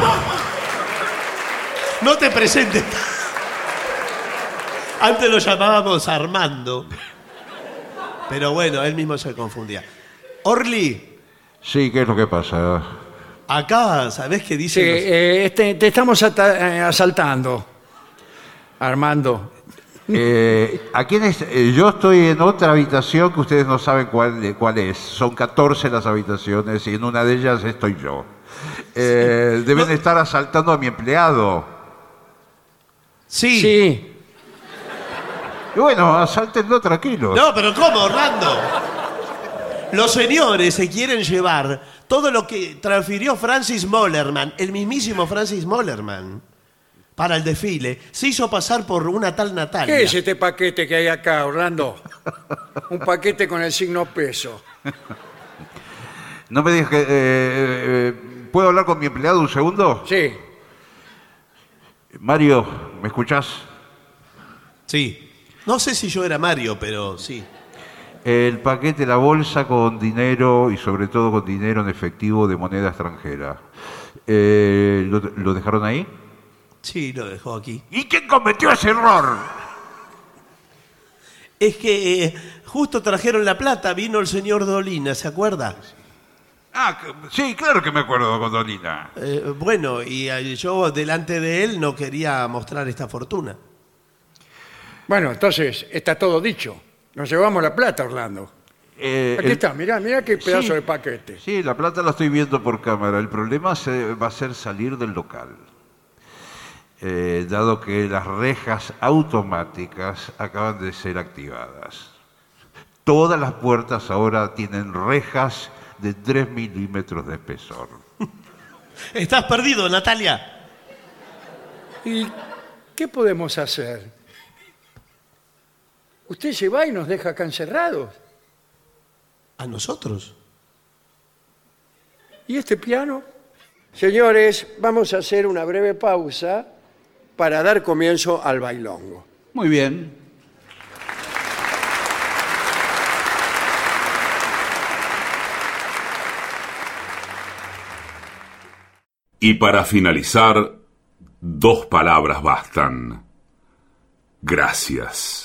Speaker 3: No te presentes. Antes lo llamábamos Armando. Pero bueno, él mismo se confundía. Orly,
Speaker 5: Sí, ¿qué es lo que pasa?
Speaker 3: acá, ¿sabés qué
Speaker 2: Sí,
Speaker 3: dicen? los-
Speaker 2: eh, este, te estamos ata- eh, asaltando, Armando.
Speaker 5: Eh, ¿A quién es? Eh, Yo estoy en otra habitación que ustedes no saben cuál, cuál es. Son 14 las habitaciones y en una de ellas estoy yo. Eh, Deben estar asaltando a mi empleado.
Speaker 3: Sí.
Speaker 2: Sí,
Speaker 5: Y bueno, asáltenlo tranquilo.
Speaker 3: No, pero ¿cómo, Orlando? Los señores se quieren llevar todo lo que transfirió Francis Mollerman, el mismísimo Francis Mollerman, para el desfile. Se hizo pasar por una tal Natalia.
Speaker 2: ¿qué es este paquete que hay acá, Orlando? Un paquete con el signo peso.
Speaker 5: No me digas que... eh, eh, ¿Puedo hablar con mi empleado un segundo?
Speaker 2: Sí,
Speaker 5: Mario, ¿me escuchás?
Speaker 3: Sí. No sé si yo era Mario, pero sí.
Speaker 5: El paquete, la bolsa con dinero y sobre todo con dinero en efectivo de moneda extranjera. Eh, ¿lo, lo dejaron ahí?
Speaker 3: Sí, lo dejó aquí.
Speaker 5: ¿Y quién cometió ese error?
Speaker 3: Es que eh, justo trajeron la plata, vino el señor Dolina, ¿se acuerda?
Speaker 5: Ah, que- sí, claro que me acuerdo, Gondolina.
Speaker 3: Eh, bueno, y eh, yo delante de él no quería mostrar esta fortuna.
Speaker 2: bueno, entonces está todo dicho. Nos llevamos la plata, Orlando.
Speaker 5: Eh,
Speaker 2: Aquí
Speaker 5: el-
Speaker 2: está, mirá, mirá qué pedazo
Speaker 5: Sí.
Speaker 2: de paquete.
Speaker 5: Sí, la plata la estoy viendo por cámara. El problema se- va a ser salir del local. Eh, dado que las rejas automáticas acaban de ser activadas. Todas las puertas ahora tienen rejas de 3 milímetros de espesor.
Speaker 3: Estás perdido, Natalia.
Speaker 2: ¿Y qué podemos hacer? Usted se va y nos deja acá encerrados.
Speaker 3: ¿A nosotros?
Speaker 2: ¿Y este piano? Señores, vamos a hacer una breve pausa para dar comienzo al bailongo.
Speaker 4: Muy bien.
Speaker 6: Y para finalizar, dos palabras bastan. Gracias.